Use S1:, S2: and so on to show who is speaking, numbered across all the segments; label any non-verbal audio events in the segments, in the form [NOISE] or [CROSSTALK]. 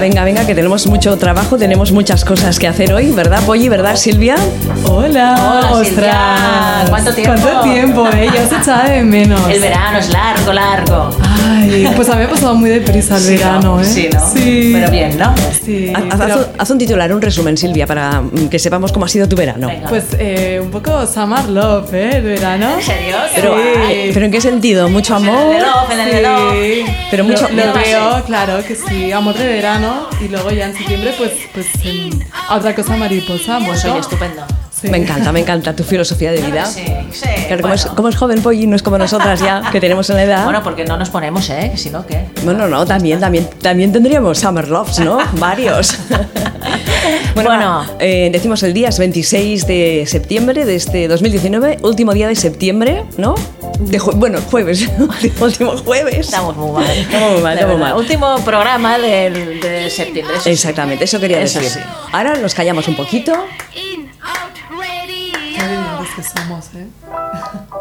S1: venga, venga, que tenemos mucho trabajo, tenemos muchas cosas que hacer hoy, ¿verdad, Polly? ¿Verdad, Silvia?
S2: Hola,
S3: Hola, Silvia.
S2: ostras.
S3: ¿Cuánto tiempo?
S2: ¿Cuánto tiempo, eh? Ya se echaba de menos.
S3: El verano es largo, largo.
S2: Ay, pues a mí me ha pasado muy deprisa el
S3: Sí,
S2: verano,
S3: ¿no?
S2: eh.
S3: Sí, ¿no?
S2: Sí.
S3: Pero bien, ¿no? Ah,
S2: Sí.
S1: Haz, haz-
S2: pero-
S1: haz un- haz un titular, un resumen, Silvia, para mm, que sepamos cómo ha sido tu verano.
S3: Venga.
S2: Pues eh, un poco Summer Love, ¿eh? El verano.
S3: ¿En serio?
S1: Pero,
S3: Guay.
S1: ¿Pero en qué sentido? ¿Mucho amor?
S3: pues En el reloj, en el reloj.
S1: Pero mucho-
S2: lo, lo
S3: Yo pasé.
S2: veo, claro que sí, amor de verano y luego ya en septiembre pues pues en- a otra cosa mariposa, bueno.
S3: Pues oye, estupendo.
S2: Sí.
S1: Me encanta, me encanta tu filosofía de vida.
S3: Sí, sí.
S1: Claro, como, es,
S3: bueno.
S1: como es joven Polly, no es como nosotras ya, que tenemos en la edad.
S3: Bueno, porque no nos ponemos, ¿eh? Si no, ¿qué?
S1: Bueno, no, también, también, también tendríamos Summer Loves,
S3: [LAUGHS]
S1: ¿no? Varios. bueno,
S3: Bueno.
S1: va, eh, decimos el día es 26 de septiembre de este 2019, último día de septiembre, ¿no? De jue- bueno, jueves, [LAUGHS] último jueves.
S3: Estamos muy mal.
S1: [LAUGHS] Estamos muy mal,
S3: De
S1: estamos
S3: verdad.
S1: mal.
S3: Último programa del, de septiembre. eso sí.
S1: Exactamente, eso quería
S3: Eso
S1: decir.
S3: sí.
S1: Ahora nos callamos un poquito.
S4: In Out
S2: Qué
S4: Radio.
S2: adivinantes que somos, ¿eh?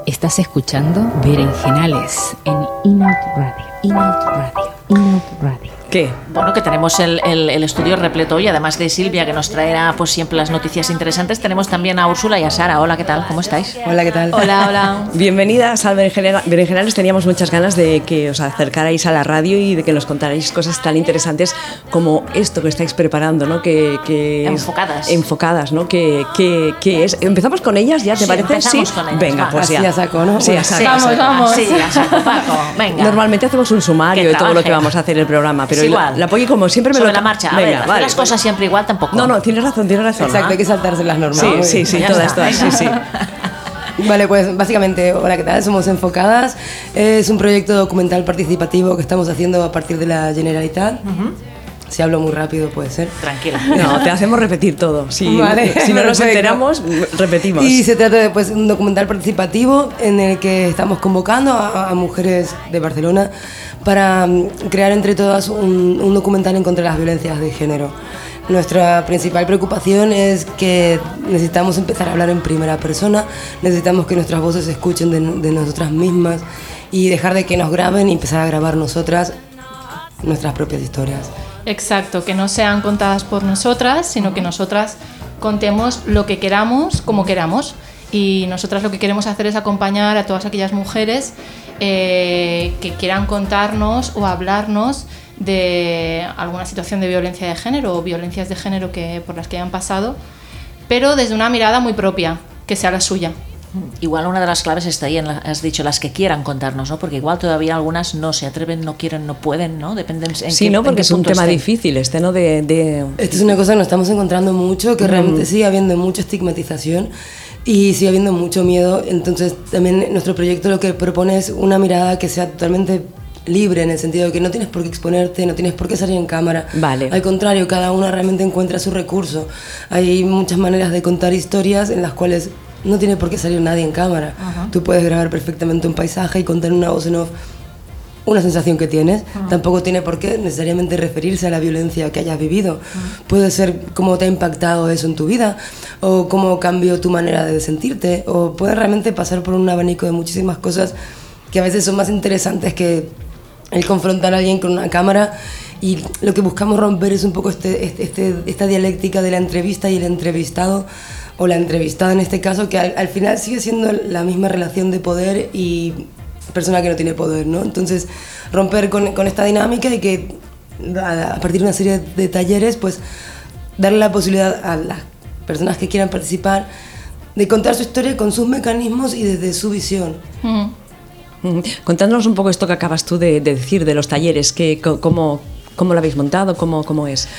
S5: Estás escuchando Berenjenales en Inout Radio. Inout Radio. Inout Radio.
S1: ¿Qué?
S3: Bueno, que tenemos el, el- el estudio repleto hoy, además de Silvia, que nos traerá pues, siempre las noticias interesantes, tenemos también a Úrsula y a Sara. Hola, ¿qué tal? ¿Cómo estáis?
S1: Hola, ¿qué tal?
S3: Hola, hola.
S1: Bienvenidas al Berenjena- Berenjenales. Teníamos muchas ganas de que os acercarais a la radio y de que nos contarais cosas tan interesantes como esto que estáis preparando, ¿no? Que, que es-
S3: Enfocadas.
S1: enfocadas, ¿no? Que, que- que es. Empezamos con ellas, ¿ya te
S3: Sí,
S1: parece?
S3: empezamos con ellas,
S1: Venga,
S3: va.
S1: pues
S6: Así
S1: ya.
S6: a saco, ¿no?
S1: Sí, a
S6: Bueno,
S1: saco, a
S2: vamos,
S1: saco.
S2: vamos.
S3: Sí, ya sé, [LAUGHS] Paco, venga.
S1: Normalmente hacemos un sumario
S3: Que
S1: de todo lo que
S3: trabaje.
S1: vamos a hacer en el programa, pero la-
S3: Es igual.
S1: la apoyo como siempre me
S3: Sobre
S1: lo
S3: la marcha. A
S1: Venga,
S3: ver, hacer
S1: vale,
S3: las cosas siempre igual tampoco.
S1: No, no, tienes razón, tienes razón.
S6: Exacto, hay que saltarse las normas.
S1: Sí,
S6: Muy
S1: sí,
S6: bien.
S1: sí,
S3: Ya
S1: todas,
S3: está.
S1: todas, sí, sí.
S6: Vale, pues básicamente, hola, ¿qué tal? Somos Enfocadas. Es un proyecto documental participativo que estamos haciendo a partir de la Generalitat. Si hablo muy rápido, puede ser.
S1: [LAUGHS]
S3: Tranquila.
S1: No, te hacemos repetir todo. Si,
S6: Vale,
S1: si no nos
S6: perfecto.
S1: enteramos, repetimos.
S6: Y se trata de pues, un documental participativo en el que estamos convocando a, a mujeres de Barcelona para mm, crear entre todas un, un documental en contra de las violencias de género. Nuestra principal preocupación es que necesitamos empezar a hablar en primera persona, necesitamos que nuestras voces se escuchen de, de nosotras mismas y dejar de que nos graben y empezar a grabar nosotras nuestras propias historias.
S7: Exacto, que no sean contadas por nosotras, sino que nosotras contemos lo que queramos, como queramos. Y nosotras lo que queremos hacer es acompañar a todas aquellas mujeres eh, que quieran contarnos o hablarnos de alguna situación de violencia de género o violencias de género que, por las que hayan pasado, pero desde una mirada muy propia, que sea la suya.
S3: Igual una de las claves está ahí, en la- has dicho, las que quieran contarnos, ¿no? Porque igual todavía algunas no se atreven, no quieren, no pueden, ¿no? Dependen en
S1: Sí,
S3: qué-
S1: ¿no?
S3: en
S1: Porque
S3: qué
S1: es un
S3: punto
S1: tema
S3: estén.
S1: difícil este, ¿no? De, de-
S6: Esto es una cosa que nos estamos encontrando mucho, que realmente sigue habiendo mucha estigmatización y sigue habiendo mucho miedo. Entonces, también nuestro proyecto lo que propone es una mirada que sea totalmente libre, en el sentido de que no tienes por qué exponerte, no tienes por qué salir en cámara.
S1: Vale.
S6: Al contrario, cada una realmente encuentra su recurso. Hay muchas maneras de contar historias en las cuales no tiene por qué salir nadie en cámara. Tú puedes grabar perfectamente un paisaje y contar una voz en off una sensación que tienes. Tampoco tiene por qué necesariamente referirse a la violencia que hayas vivido. Puede ser cómo te ha impactado eso en tu vida, o cómo cambió tu manera de sentirte, o puedes realmente pasar por un abanico de muchísimas cosas que a veces son más interesantes que el confrontar a alguien con una cámara. Y lo que buscamos romper es un poco este, este- este- esta dialéctica de la entrevista y el entrevistado, o la entrevistada en este caso, que al- al final sigue siendo la misma relación de poder y persona que no tiene poder, ¿no? Entonces, romper con, con esta dinámica y que a, a partir de una serie de talleres, pues darle la posibilidad a las personas que quieran participar de contar su historia con sus mecanismos y desde su visión.
S7: Mm.
S1: Ujú. Contándonos un poco esto que acabas tú de, de decir de los talleres, que, co- cómo, cómo lo habéis montado, cómo, cómo es.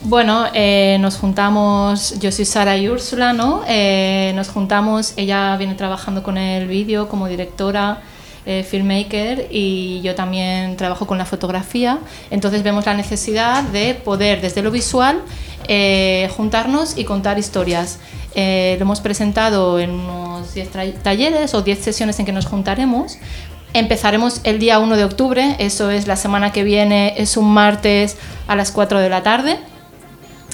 S7: Bueno, eh, nos juntamos, yo soy Sara y Úrsula, ¿no? Eh, nos juntamos, ella viene trabajando con el vídeo como directora, eh, filmmaker, y yo también trabajo con la fotografía. Entonces vemos la necesidad de poder, desde lo visual, eh, juntarnos y contar historias. Eh, lo hemos presentado en unos 10 tra- talleres o 10 sesiones en que nos juntaremos. Empezaremos el día 1 de octubre, eso es la semana que viene, es un martes a las 4 de la tarde.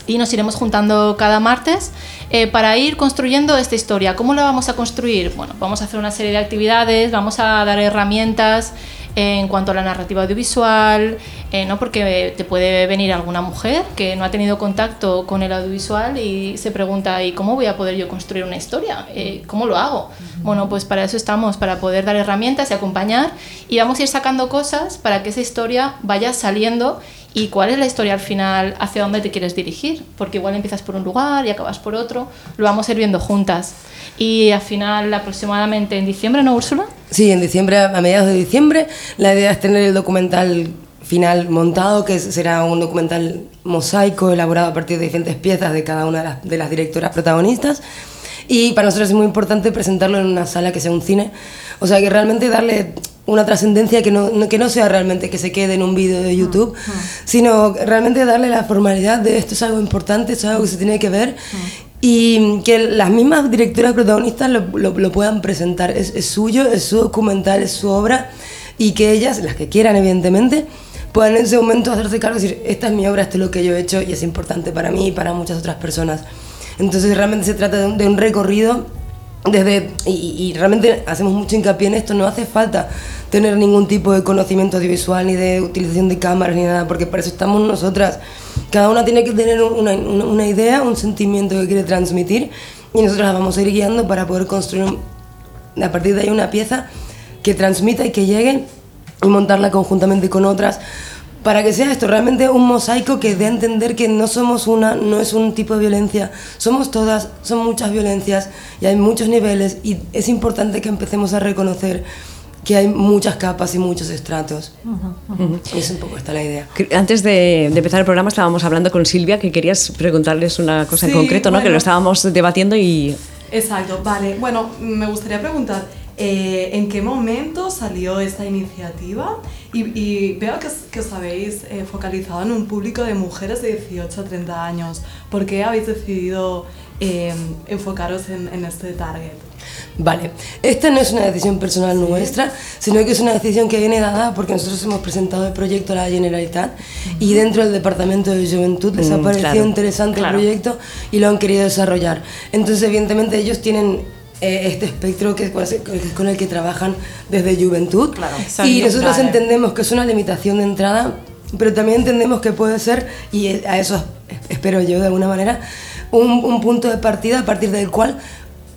S7: y nos iremos juntando cada martes eh, para ir construyendo esta historia. ¿Cómo la vamos a construir? Bueno, vamos a hacer una serie de actividades, vamos a dar herramientas en cuanto a la narrativa audiovisual, eh, ¿no? porque te puede venir alguna mujer que no ha tenido contacto con el audiovisual y se pregunta, ¿y cómo voy a poder yo construir una historia? Eh, ¿Cómo lo hago? Bueno, pues para eso estamos, para poder dar herramientas y acompañar y vamos a ir sacando cosas para que esa historia vaya saliendo y cuál es la historia al final, hacia dónde te quieres dirigir, porque igual empiezas por un lugar y acabas por otro, lo vamos a ir viendo juntas. Y al final, aproximadamente en diciembre, ¿no, Úrsula?
S6: Sí, en diciembre, a mediados de diciembre, la idea es tener el documental final montado, que será un documental mosaico elaborado a partir de diferentes piezas de cada una de las, de las directoras protagonistas. Y para nosotros es muy importante presentarlo en una sala que sea un cine. O sea, que realmente darle una trascendencia que no, no- que no sea realmente que se quede en un vídeo de YouTube, sino realmente darle la formalidad de esto es algo importante, esto es algo que se tiene que ver y que las mismas directoras protagonistas lo, lo- lo puedan presentar. Es, es suyo, es su documental, es su obra y que ellas, las que quieran evidentemente, puedan en ese momento hacerse cargo y decir, esta es mi obra, esto es lo que yo he hecho y es importante para mí y para muchas otras personas. Entonces realmente se trata de un- de un recorrido desde y, y realmente hacemos mucho hincapié en esto, no hace falta tener ningún tipo de conocimiento audiovisual ni de utilización de cámaras ni nada, porque para eso estamos nosotras. Cada una tiene que tener una, una- una idea, un sentimiento que quiere transmitir y nosotras la vamos a ir guiando para poder construir un- a partir de ahí una pieza que transmita y que llegue y montarla conjuntamente con otras para que sea esto realmente un mosaico que dé a entender que no somos una, no es un tipo de violencia, somos todas, son muchas violencias y hay muchos niveles y es importante que empecemos a reconocer que hay muchas capas y muchos estratos. Y es un poco esta la idea.
S1: Que- Antes de, de empezar el programa estábamos hablando con Silvia que querías preguntarles una cosa en
S2: Sí,
S1: concreto, ¿no? Que
S2: bueno.
S1: lo estábamos debatiendo y
S2: Exacto, vale. Bueno, me gustaría preguntar, eh, ¿en qué momento salió esta iniciativa? Y, y veo que, os- que os habéis eh, focalizado en un público de mujeres de 18 a 30 años. ¿Por qué habéis decidido eh, enfocaros en, en este target?
S6: Vale, esta no es una decisión personal nuestra, sino que es una decisión que viene dada porque nosotros hemos presentado el proyecto a la Generalitat y dentro del Departamento de Juventud les ha
S1: Mm,
S6: parecido
S1: claro,
S6: interesante
S3: claro.
S6: el proyecto y lo han querido desarrollar. Entonces, evidentemente, ellos tienen eh, este espectro que es, con el- que es con el que trabajan desde Juventud y nosotros
S2: Vale.
S6: entendemos que es una limitación de entrada, pero también entendemos que puede ser, y es- a eso es- espero yo de alguna manera, un, un punto de partida a partir del cual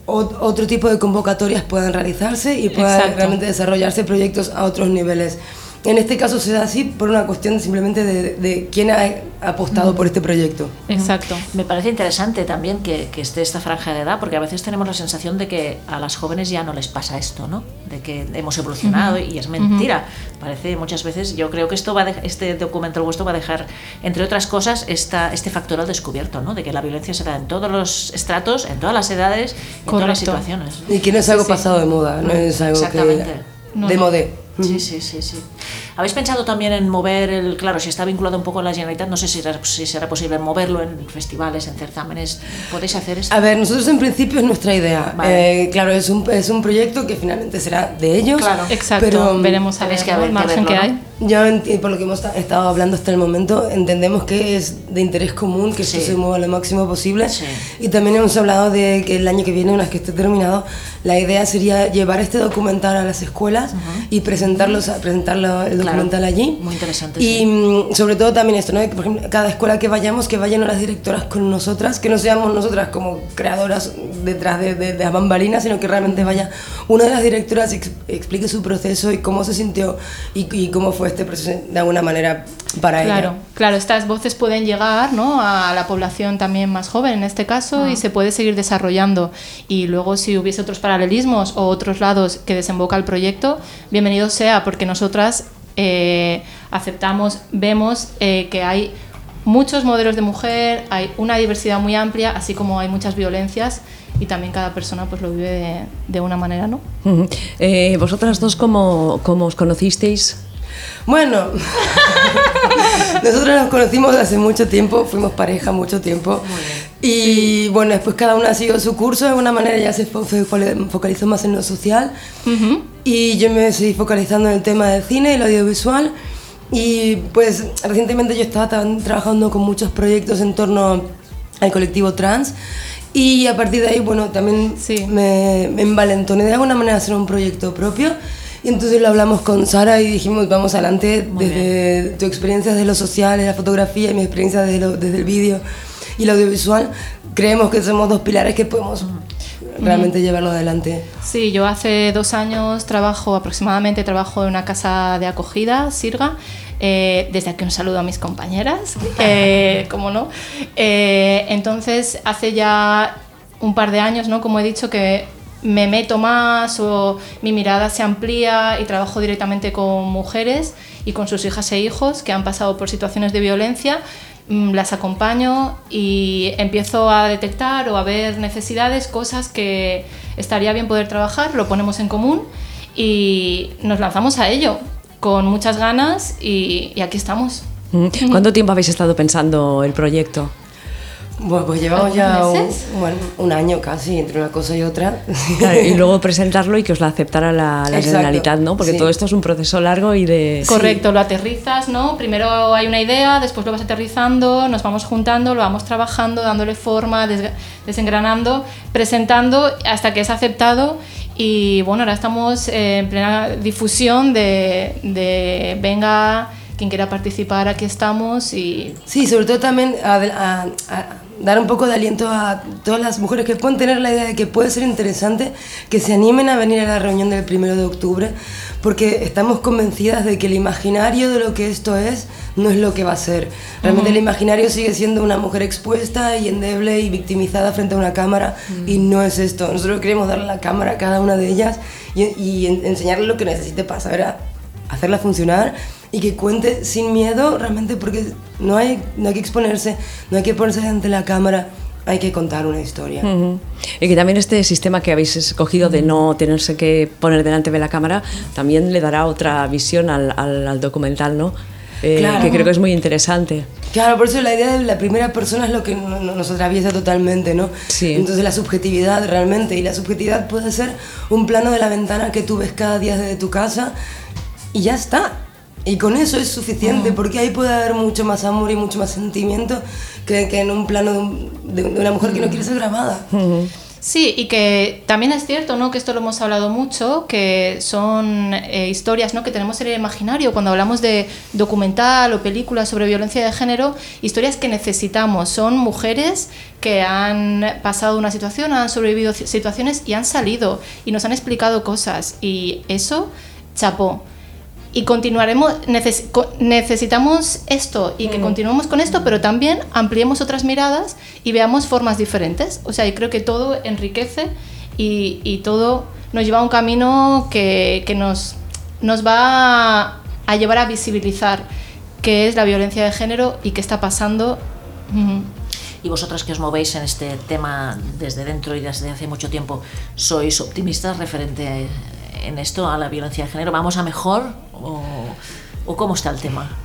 S6: ot- otro tipo de convocatorias puedan realizarse y puedan
S7: Exacto.
S6: realmente desarrollarse proyectos a otros niveles. En este caso se da así por una cuestión simplemente de, de quién ha apostado por este proyecto.
S7: Exacto.
S3: Me parece interesante también que, que esté esta franja de edad, porque a veces tenemos la sensación de que a las jóvenes ya no les pasa esto, ¿no? De que hemos evolucionado y es mentira. Parece muchas veces, yo creo que esto va a dej- este documental vuestro va a dejar, entre otras cosas, esta, este factor al descubierto, ¿no? De que la violencia se da en todos los estratos, en todas las edades, en todas las
S7: Correcto.
S3: situaciones. ¿no?
S6: Y que no es algo pasado de moda, no es algo
S3: Exactamente.
S6: que...
S7: No,
S6: de
S7: no.
S6: modé.
S3: Sí, sí, sí, sí. ¿Habéis pensado también en mover el, claro, si está vinculado un poco a la Generalitat, no sé si será, si será posible moverlo en festivales, en certámenes, ¿podéis hacer esto?
S1: Ah.
S6: A ver, nosotros en principio es nuestra idea.
S3: Vale.
S6: Eh, claro, es un, es un proyecto que finalmente será de ellos.
S3: Claro.
S7: Exacto.
S6: Pero, mm,
S7: Veremos a ver
S3: tenéis que
S7: ¿no? el
S3: haber- que
S7: margen que
S3: verlo,
S7: hay.
S3: ¿no?
S6: Yo, enti- por lo que hemos ta- estado hablando hasta el momento, entendemos que es de interés común que
S3: Sí.
S6: esto se mueva lo máximo posible.
S3: Sí.
S6: Y también hemos hablado de que el año que viene, una vez que esté terminado, la idea sería llevar este documental a las escuelas y presentarlos, a- presentarlo el
S3: Claro.
S6: documental allí.
S3: Muy interesante,
S6: Y
S3: sí.
S6: mm, sobre todo también esto, ¿no? Que, por ejemplo, cada escuela que vayamos, que vayan las directoras con nosotras, que no seamos nosotras como creadoras detrás de, de- de las bambalinas, sino que realmente vaya una de las directoras y ex- explique su proceso y cómo se sintió y, y cómo fue este proceso de alguna manera para
S7: Claro,
S6: ella.
S7: claro, estas voces pueden llegar ¿no? a la población también más joven en este caso
S6: Ah.
S7: y se puede seguir desarrollando. Y luego si hubiese otros paralelismos o otros lados que desemboca el proyecto, bienvenido sea, porque nosotras eh, aceptamos, vemos eh, que hay muchos modelos de mujer, hay una diversidad muy amplia, así como hay muchas violencias y también cada persona pues lo vive de, de una manera, ¿no?
S1: Ujú. Eh, vosotras dos cómo, cómo os conocisteis.
S6: Bueno, [LAUGHS] nosotros nos conocimos hace mucho tiempo, fuimos pareja mucho tiempo. Y bueno, después cada una siguió su curso, de alguna manera ya se fo- fo- focalizó más en lo social. Y yo me seguí focalizando en el tema del cine, el audiovisual. Y pues recientemente yo estaba tan- trabajando con muchos proyectos en torno al colectivo trans. Y a partir de ahí, bueno, también
S7: Sí.
S6: me, me envalentoné de alguna manera a hacer un proyecto propio. Y entonces lo hablamos con Sara y dijimos, vamos adelante desde tu experiencia desde lo social, desde la fotografía y mi experiencia desde, lo- desde el vídeo y el audiovisual. Creemos que somos dos pilares que podemos realmente llevarlo adelante.
S7: Sí, yo hace dos años trabajo, aproximadamente trabajo en una casa de acogida, Sirga. Eh, desde aquí un saludo a mis compañeras, eh, como no. Eh, entonces, hace ya un par de años, ¿no? Como he dicho, que me meto más o mi mirada se amplía y trabajo directamente con mujeres y con sus hijas e hijos que han pasado por situaciones de violencia. Mm, Las acompaño y empiezo a detectar o a ver necesidades, cosas que estaría bien poder trabajar, lo ponemos en común y nos lanzamos a ello con muchas ganas y, y aquí estamos.
S1: Mm. ¿Cuánto tiempo habéis estado pensando el proyecto?
S6: Bueno, pues llevamos
S7: ¿Algunos
S6: ya un,
S7: meses?
S6: bueno, un año casi entre una cosa y [LAUGHS] otra.
S1: Claro,
S3: [LAUGHS]
S1: y luego presentarlo y que os la aceptara la, la
S6: Exacto,
S1: Generalitat, ¿no? Porque
S6: sí.
S1: todo esto es un proceso largo y de...
S7: Correcto, lo aterrizas, ¿no? Primero hay una idea, después lo vas aterrizando, nos vamos juntando, lo vamos trabajando, dándole forma, desg- desengranando, presentando hasta que es aceptado. Y bueno, ahora estamos eh, en plena difusión de, de venga, quien quiera participar, aquí estamos y
S6: Sí, sobre todo también a, a- a dar un poco de aliento a todas las mujeres que pueden tener la idea de que puede ser interesante que se animen a venir a la reunión del primero de octubre, porque estamos convencidas de que el imaginario de lo que esto es no es lo que va a ser. Realmente el imaginario sigue siendo una mujer expuesta y endeble y victimizada frente a una cámara, y no es esto. Nosotros queremos darle la cámara a cada una de ellas y, y en- enseñarle lo que necesite para saber a- hacerla funcionar y que cuente sin miedo realmente porque no hay, no hay que exponerse, no hay que ponerse ante la cámara, hay que contar una historia.
S1: Ujú. Y que también este sistema que habéis escogido de no tenerse que poner delante de la cámara también le dará otra visión al, al- al documental, ¿no? Eh,
S6: Claro.
S1: Que creo que es muy interesante. [LAUGHS]
S6: Claro, por eso la idea de la primera persona es lo que no- no- nos atraviesa totalmente, ¿no?
S1: Sí.
S6: Entonces la subjetividad realmente, y la subjetividad puede ser un plano de la ventana que tú ves cada día desde tu casa y ya está. Y con eso es suficiente, porque ahí puede haber mucho más amor y mucho más sentimiento que, que en un plano de, un- de- de una mujer que no quiere ser grabada.
S7: Sí, y que también es cierto, ¿no? Que esto lo hemos hablado mucho, que son eh, historias, ¿no? Que tenemos en el imaginario cuando hablamos de documental o películas sobre violencia de género, historias que necesitamos. Son mujeres que han pasado una situación, han sobrevivido ci- situaciones y han salido y nos han explicado cosas. Y eso, chapó. Y continuaremos, neces- co- necesitamos esto y que continuemos con esto, pero también ampliemos otras miradas y veamos formas diferentes. O sea, yo creo que todo enriquece y, y todo nos lleva a un camino que, que nos, nos va a, a llevar a visibilizar qué es la violencia de género y qué está pasando. mm, Ujú.
S3: Y vosotras que os movéis en este tema desde dentro y desde hace mucho tiempo, ¿sois optimistas referente en esto a la violencia de género? ¿Vamos a mejor o, o cómo está el tema?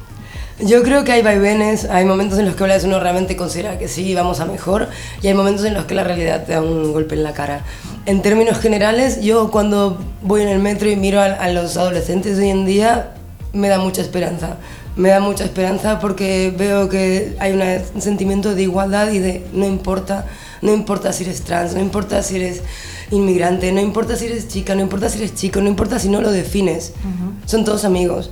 S6: Yo creo que hay vaivenes, hay momentos en los que hablas uno realmente considera que sí, vamos a mejor, y hay momentos en los que la realidad te da un golpe en la cara. En términos generales, yo cuando voy en el metro y miro a, a los adolescentes de hoy en día, me da mucha esperanza. Me da mucha esperanza porque veo que hay una- un sentimiento de igualdad y de no importa, no importa si eres trans, no importa si eres inmigrante, no importa si eres chica, no importa si eres chico, no importa si no lo defines. Son todos amigos.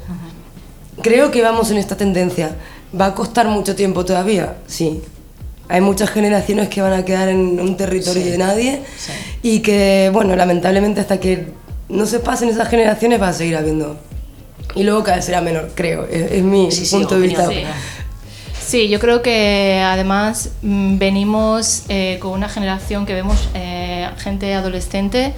S6: Creo que vamos en esta tendencia. ¿Va a costar mucho tiempo todavía? Sí. Hay muchas generaciones que van a quedar en un territorio de nadie
S3: sí.
S6: y que, bueno, lamentablemente hasta que no se pasen esas generaciones va a seguir habiendo. Y luego cada vez será menor, creo. Es, es mi
S3: Sí, sí,
S6: punto de
S3: opinión,
S6: vista.
S3: opinión.
S7: Sí, yo creo que además mm, venimos eh, con una generación que vemos eh, gente adolescente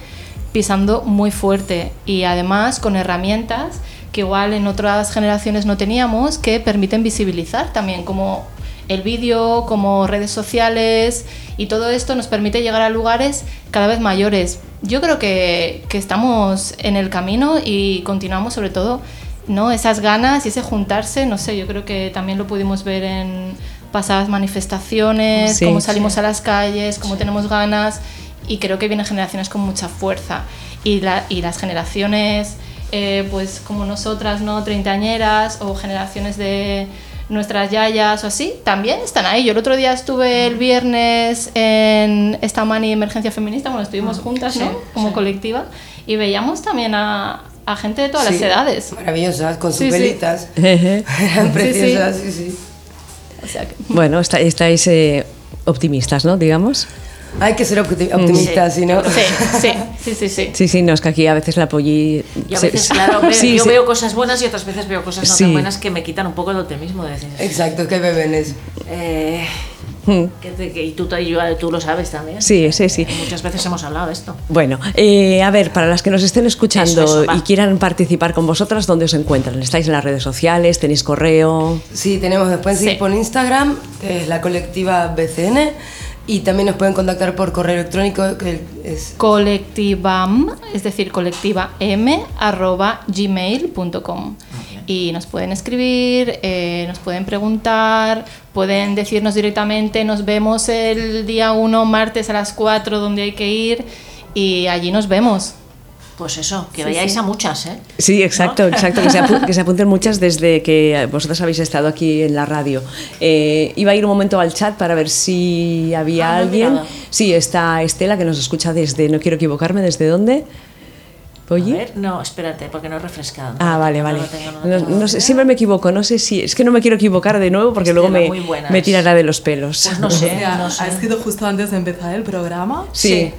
S7: pisando muy fuerte y además con herramientas que igual en otras generaciones no teníamos que permiten visibilizar también como el vídeo, como redes sociales y todo esto nos permite llegar a lugares cada vez mayores. Yo creo que, que estamos en el camino y continuamos sobre todo ¿no? esas ganas y ese juntarse, no sé, yo creo que también lo pudimos ver en pasadas manifestaciones,
S1: Sí,
S7: cómo salimos a las calles, cómo tenemos ganas y creo que vienen generaciones con mucha fuerza y, la- y las generaciones eh, pues como nosotras, ¿no? Treintañeras o generaciones de nuestras yayas o así, también están ahí. Yo el otro día estuve el viernes en esta mani emergencia feminista, bueno, estuvimos juntas, ¿no? Como colectiva, y veíamos también a, a gente de todas las
S6: Sí, [LAUGHS]
S7: edades.
S6: Maravillosas, con sus
S7: [LAUGHS] Sí, sí.
S6: velitas.
S1: Eje.
S6: Eran preciosas, sí, sí.
S7: O sea que-
S1: Bueno, está- estáis eh, optimistas, ¿no? Digamos.
S6: Hay que ser opti- optimistas, si no.
S7: Sí, sí, sí, sí, sí.
S1: Sí, sí, no, es que aquí a veces la polli...
S3: Y a
S1: se- [LAUGHS]
S3: veces, claro, veo-
S1: Sí,
S3: yo
S1: sí.
S3: veo cosas buenas y otras veces veo cosas no
S1: Sí.
S3: tan buenas que me quitan un poco el optimismo de decir,
S6: [LAUGHS] Exacto, que beben eso.
S3: eh,
S1: Mm.
S3: que te- que- y tú, te- yo- tú lo sabes también.
S1: Sí, sí, sí.
S3: Muchas veces hemos hablado de esto.
S1: Bueno, eh, a ver, para las que nos estén escuchando
S3: Eso, eso, va.
S1: y quieran participar con vosotras, ¿dónde os encuentran? ¿Estáis en las redes sociales? ¿Tenéis correo?
S6: Sí, tenemos, nos pueden seguir por Instagram, que es la colectiva BCN, y también nos pueden contactar por correo electrónico, que es
S7: colectivam, es decir, colectiva m arroba gmail.com. Y nos pueden escribir, eh, nos pueden preguntar, pueden decirnos directamente, nos vemos el día 1, martes a las 4, donde hay que ir, y allí nos vemos.
S3: Pues eso, que
S7: Sí,
S3: vayáis
S7: sí.
S3: a muchas, ¿eh?
S1: Sí, exacto, exacto, que se, [LAUGHS] apu- que se apunten muchas desde que vosotras habéis estado aquí en la radio. Eh, iba a ir un momento al chat para ver si había
S3: Ah, no he
S1: alguien.
S3: mirado.
S1: Sí, está Estela que nos escucha desde, no quiero equivocarme, ¿desde dónde?
S3: A
S1: ¿Polly?
S3: ver, no, espérate, porque no he refrescado.
S1: Ah, vale,
S3: No
S1: vale.
S3: lo tengo, no lo
S1: No,
S3: tengo.
S1: no sé, siempre me equivoco, no sé si. Es que no me quiero equivocar de nuevo porque luego
S3: Estela,
S1: me,
S3: muy buenas.
S1: me tirará de los pelos.
S3: Pues no
S2: O
S7: Eh,
S3: sé,
S2: sea,
S3: no
S2: ha
S3: sé.
S2: escrito justo antes de empezar el programa.
S1: Sí.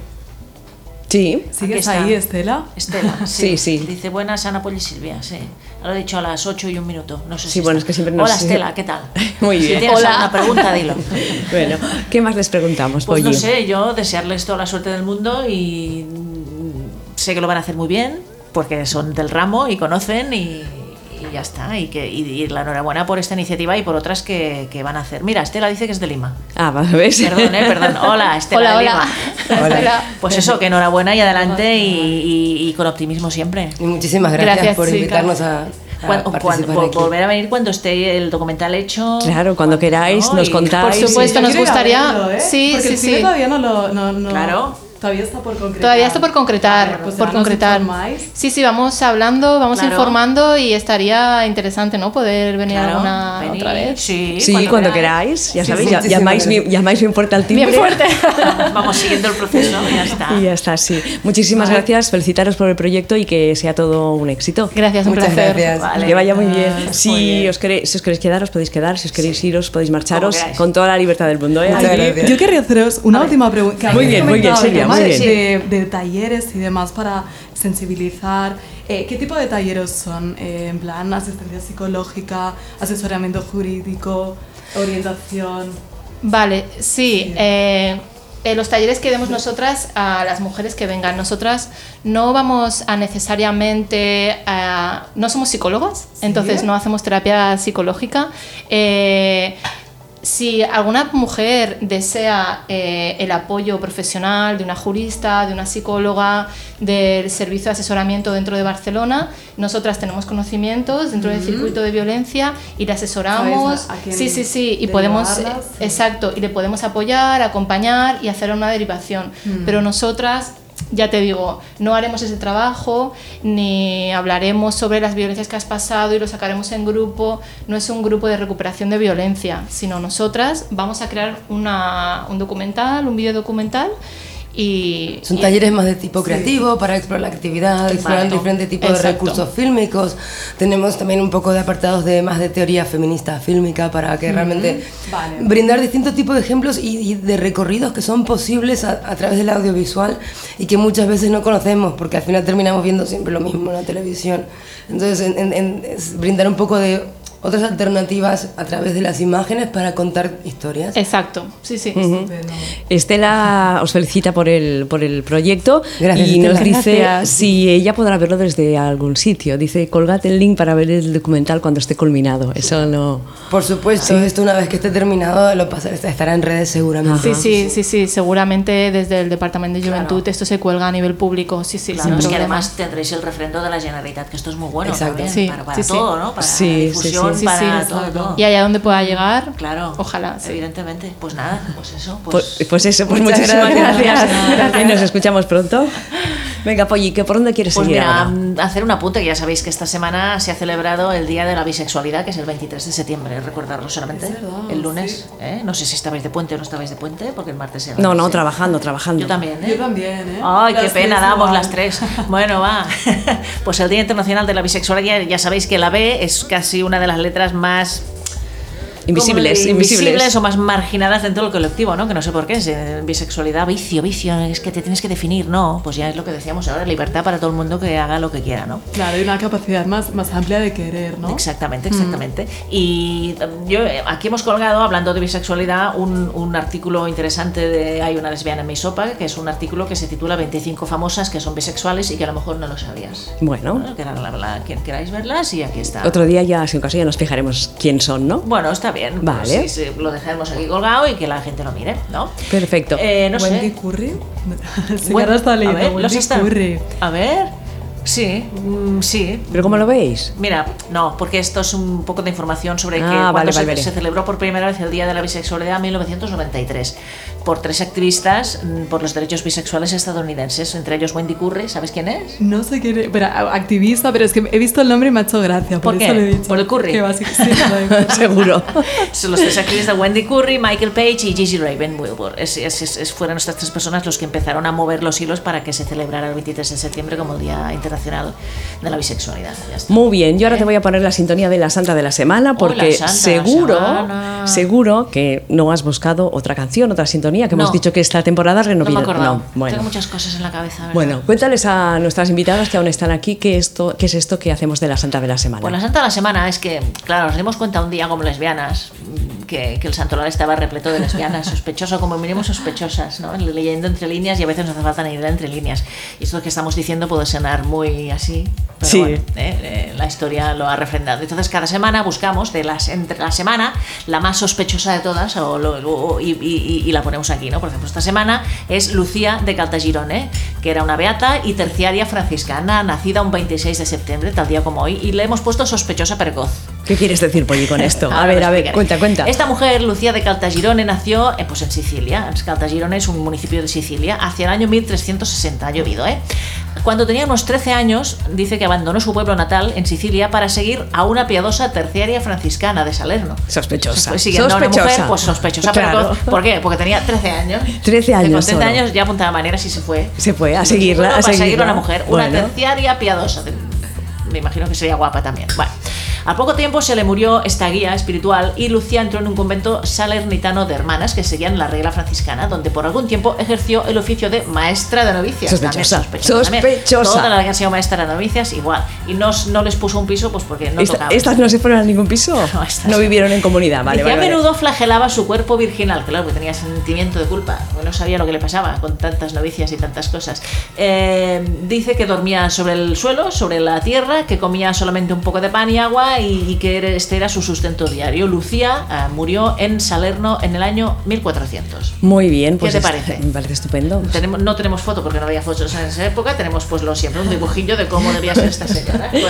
S1: Sí.
S2: ¿Sigues
S3: está.
S2: ahí, Estela? [LAUGHS]
S1: [LAUGHS]
S3: Estela,
S1: Sí,
S3: sí.
S1: sí.
S3: Dice, buenas Ana Poli y Silvia, sí. Ahora he dicho a las 8 y un minuto, no sé
S1: Sí,
S3: si
S1: bueno,
S3: está.
S1: es que siempre nos- [LAUGHS]
S3: Hola Estela, ¿qué tal?
S1: Muy bien.
S3: Si tienes
S1: Hola.
S3: alguna pregunta, dilo.
S1: [LAUGHS] Bueno, ¿qué más les preguntamos,
S3: Pues no
S1: Polly?
S3: sé, yo desearles toda la suerte del mundo y mm, sé que lo van a hacer muy bien porque son del ramo y conocen y, y ya está. Y, que, y, y la enhorabuena por esta iniciativa y por otras que, que van a hacer. Mira, Estela dice que es de Lima.
S1: Ah, va, ¿ves?
S3: Perdón, eh, perdón. Hola, Estela
S7: Hola,
S3: de
S7: hola.
S3: Lima.
S6: Hola.
S3: Pues eso, que enhorabuena y adelante y, y- y con optimismo siempre.
S6: Y muchísimas gracias,
S7: Gracias,
S6: por
S7: chicas.
S6: invitarnos a, a
S3: Cuando- cuando-
S6: participar
S3: vol-
S6: aquí.
S3: volver a venir cuando esté el documental hecho.
S1: Claro, cuando queráis, nos
S3: Y-
S1: contáis.
S7: Por
S1: Ay, sí.
S7: supuesto,
S2: Yo
S7: nos
S2: quiero ir a
S7: gustaría.
S2: verlo, ¿eh?
S7: Sí,
S2: Porque
S7: sí,
S2: el cine
S7: sí.
S2: todavía no lo. no- no-
S3: Claro.
S2: Todavía está por concretar.
S7: Todavía está por concretar,
S2: Claro, pues
S7: por
S2: ya nos
S7: concretar.
S2: informáis.
S7: Sí, sí, vamos hablando, vamos
S3: Claro.
S7: informando y estaría interesante, ¿no? Poder venir
S3: Claro,
S7: alguna
S3: venid.
S7: otra vez.
S3: Sí,
S1: Sí, cuando, queráis, ya sabéis, ya-
S6: muchísimas
S1: llamáis, bien- llamáis bien fuerte al timbre.
S7: Bien fuerte.
S3: [LAUGHS] Vamos siguiendo el proceso y ya está.
S1: [LAUGHS] Y ya está, sí. Muchísimas gracias, felicitaros por el proyecto y que sea todo un éxito.
S7: Gracias, un
S6: Muchas
S7: placer.
S6: gracias.
S3: Vale.
S1: Que vaya muy bien.
S3: Ah,
S1: Si,
S3: muy bien.
S1: Os queréis, si os queréis quedar, os podéis quedar. Si os queréis ir, os podéis marcharos
S3: queráis.
S1: con toda la libertad del mundo. ¿eh?
S6: Muchas
S1: Aquí-
S6: gracias.
S2: Yo querría haceros una última pregunta.
S1: Muy bien, muy bien, Silvia, muy
S2: De, de talleres y demás para sensibilizar. Eh, ¿Qué tipo de talleres son? Eh, en plan, asistencia psicológica, asesoramiento jurídico, orientación.
S7: Vale, sí. eh, eh, los talleres que demos nosotras a las mujeres que vengan. Nosotras no vamos a necesariamente. a- no somos psicólogas, entonces no hacemos terapia psicológica. Eh, si alguna mujer desea eh, el apoyo profesional de una jurista, de una psicóloga, del servicio de asesoramiento dentro de Barcelona, nosotras tenemos conocimientos dentro del circuito de violencia y le asesoramos.
S2: Sabéis a- a quién
S7: Sí, sí, sí, y podemos,
S2: derivarlas, sí.
S7: exacto, y le podemos apoyar, acompañar y hacer una derivación.
S3: Mm.
S7: Pero nosotras, ya te digo, no haremos ese trabajo, ni hablaremos sobre las violencias que has pasado y lo sacaremos en grupo. No es un grupo de recuperación de violencia, sino nosotras vamos a crear una- un documental, un video documental. Y,
S6: Son
S7: y-
S6: talleres más de tipo creativo para explorar la actividad, explorar
S3: Exacto.
S6: diferentes tipos de
S7: Exacto.
S6: recursos fílmicos. Tenemos también un poco de apartados de más de teoría feminista fílmica para que realmente
S2: Vale.
S6: brindar distintos tipos de ejemplos y, y de recorridos que son posibles a, a través del audiovisual y que muchas veces no conocemos porque al final terminamos viendo siempre lo mismo en la televisión. Entonces, en- en- en- es brindar un poco de otras alternativas a través de las imágenes para contar historias.
S7: Exacto, sí, sí.
S2: Bueno,
S1: Estela os felicita por el, por el proyecto
S6: Gracias,
S1: y nos
S6: Estela.
S1: dice
S6: Gracias.
S1: si ella podrá verlo desde algún sitio. Dice, colgate el link para ver el documental cuando esté culminado. Eso no...
S6: Por supuesto, esto una vez que esté terminado lo pasará, estará en redes seguramente.
S7: Sí, sí, sí, sí, seguramente desde el Departamento de Juventud esto se cuelga a nivel público, sí, sí, sin
S3: Claro, es que
S7: problema.
S3: además tendréis el refrendo de la Generalitat, que esto es muy bueno
S6: Exacto.
S3: también,
S7: Sí,
S3: para, para
S7: sí, sí.
S3: todo, ¿no? Para
S1: Sí,
S3: la
S1: sí,
S3: difusión,
S1: sí.
S7: Sí,
S3: para
S7: sí,
S3: todo,
S7: sí.
S3: todo.
S7: Y allá donde pueda llegar,
S3: Claro.
S7: ojalá. sí.
S3: Evidentemente. Pues nada, pues eso. Pues,
S1: Pues, pues eso, pues
S6: Muchas
S1: muchísimas gracias.
S6: gracias.
S1: Y nos escuchamos pronto. Venga, Polly, ¿qué por dónde quieres
S3: Pues
S1: seguir
S3: mira,
S1: ahora?
S3: mm, hacer un apunte, que ya sabéis que esta semana se ha celebrado el Día de la Bisexualidad, que es el 23 de septiembre, recordarlo solamente,
S2: Es verdad,
S3: el lunes. ¿eh? No sé si estabais de puente o no estabais de puente, porque el martes era...
S1: No, no,
S3: sí.
S1: trabajando, trabajando.
S3: Yo también, ¿eh?
S2: Yo también, ¿eh?
S3: Ay, qué
S2: Las
S3: pena
S2: tres
S3: damos
S2: igual.
S3: las tres. Bueno,
S2: [LAUGHS]
S3: va. Pues el Día Internacional de la Bisexualidad, ya sabéis que la B es casi una de las letras más
S1: Invisibles,
S3: como
S1: invisibles.
S3: invisibles o más marginadas dentro del colectivo, ¿no? Que no sé por qué, es, eh, bisexualidad, vicio, vicio, es que te tienes que definir, no, pues ya es lo que decíamos ahora, libertad para todo el mundo que haga lo que quiera, ¿no?
S2: Claro, y una capacidad más, más amplia de querer, ¿no? Mm.
S3: Exactamente, exactamente. Y mm, yo eh, aquí hemos colgado, hablando de bisexualidad, un, un artículo interesante de Hay una lesbiana en mi sopa, que es un artículo que se titula 25 famosas que son bisexuales y que a lo mejor no lo sabías.
S1: Bueno,
S3: Bueno, que era la- la- quien queráis verlas y aquí está.
S1: otro día ya, sin caso, ya nos fijaremos quién son, ¿no?
S3: Bueno, está bien.
S1: Vale.
S3: Sí, sí, lo dejaremos aquí colgado y que la gente lo mire, ¿no?
S1: Perfecto.
S3: Eh, no
S2: Wendy
S3: sé.
S2: Curry. [LAUGHS] Sí,
S3: Bueno,
S2: ahora está
S3: a
S2: leyendo.
S3: ver, los
S2: Wendy
S3: está-
S2: Curry.
S3: A ver. Sí, mm, sí.
S1: ¿Pero cómo lo veis?
S3: Mira, no, porque esto es un poco de información sobre que
S1: Ah,
S3: cuando
S1: vale,
S3: se,
S1: vale, vale.
S3: se celebró por primera vez el Día de la Bisexualidad en 1993 por tres activistas mm, por los derechos bisexuales estadounidenses, entre ellos Wendy Curry, ¿sabes
S1: [LAUGHS]
S3: quién es?
S2: No sé quién es, pero a- activista, pero es que he visto el nombre y me ha hecho gracia. Por,
S3: ¿Por qué?
S2: eso le he dicho.
S3: ¿Por el curry?
S2: Que va así- sí, lo-
S3: [LAUGHS]
S1: Seguro.
S3: Son los tres activistas Wendy Curry, Michael Page y Gigi Raven Wilbur. Es, es- es- es- fueron estas tres personas los que empezaron a mover los hilos para que se celebrara el 23 de septiembre como el Día Internacional de la Bisexualidad. Ya está.
S1: Muy bien, yo ahora te voy a poner la sintonía de la Santa de la Semana porque
S3: la Santa de la
S1: seguro,
S3: Semana.
S1: seguro que no has buscado otra canción, otra sintonía que hemos
S3: No.
S1: dicho que esta temporada
S3: No me
S1: renovida.
S3: acuerdo. Tengo
S1: bueno.
S3: muchas cosas en la cabeza. ¿verdad?
S1: Bueno, cuéntales a nuestras invitadas que aún están aquí qué, esto, qué es esto que hacemos de la Santa de la Semana.
S3: Pues la Santa de la Semana es que, claro, nos dimos cuenta un día como lesbianas mm, que, que el santoral estaba repleto de lesbianas, sospechoso, como mínimo sospechosas, ¿no? Leyendo entre líneas y a veces no hace falta ni leer entre líneas. Y esto que estamos diciendo puede sonar muy así, pero
S1: Sí.
S3: bueno, eh, eh, la historia lo ha refrendado. Entonces, cada semana buscamos de las entre la semana la más sospechosa de todas o lo- o- y, y- y- y la ponemos aquí, ¿no? Por ejemplo, esta semana es Lucía de Caltagirone, que era una beata y terciaria franciscana, nacida un 26 de septiembre, tal día como hoy, y le hemos puesto sospechosa precoz.
S1: ¿Qué quieres decir, Polly,
S3: [LAUGHS]
S1: con esto? A
S3: Ahora
S1: ver,
S3: lo
S1: a ver,
S3: explicaré.
S1: cuenta, cuenta.
S3: Esta mujer, Lucía de Caltagirone, nació eh, pues en Sicilia. Caltagirone es un municipio de Sicilia, hacia el año 1360, ha llovido, ¿eh? Cuando tenía unos 13 años, dice que abandonó su pueblo natal en Sicilia para seguir a una piadosa terciaria franciscana de Salerno.
S1: Sospechosa.
S3: Pues siguiendo a una
S1: Sospechosa.
S3: mujer, pues sospechosa. pero
S1: Claro.
S3: con- ¿Por qué? Porque tenía 13 años.
S1: 13 años
S3: Con 13
S1: solo.
S3: años ya apuntaba maneras y se fue.
S1: Se fue a seguirla,
S3: Bueno,
S1: a
S3: para seguir a
S1: seguirla.
S3: una mujer. Una
S1: Bueno.
S3: terciaria piadosa. Me imagino que sería guapa también. Bueno. Al poco tiempo se le murió esta guía espiritual y Lucía entró en un convento salernitano de hermanas que seguían la regla franciscana, donde por algún tiempo ejerció el oficio de maestra de novicias. También
S1: Sospechosa.
S3: también.
S1: Sospechosa.
S3: Todas las que han sido maestra de novicias, igual. Y no, no les puso un piso, pues porque no
S1: Esta-
S3: tocaba.
S1: ¿Estas no se fueron a ningún piso?
S3: [LAUGHS] No, estas
S1: No
S3: no.
S1: vivieron en comunidad, vale,
S3: Dice,
S1: vale.
S3: a
S1: vale.
S3: menudo flagelaba su cuerpo virginal, claro, que tenía sentimiento de culpa, porque no sabía lo que le pasaba con tantas novicias y tantas cosas. Eh, dice que dormía sobre el suelo, sobre la tierra, que comía solamente un poco de pan y agua y, y que era- este era su sustento diario. Lucía ah, murió en Salerno en el año 1400.
S1: Muy bien, pues
S3: te
S1: es-
S3: parece?
S1: me parece estupendo.
S3: Tenemos- no tenemos foto porque no había fotos en esa época, tenemos pues lo siempre, un dibujillo de cómo debía ser
S1: [LAUGHS]
S3: esta señora, con,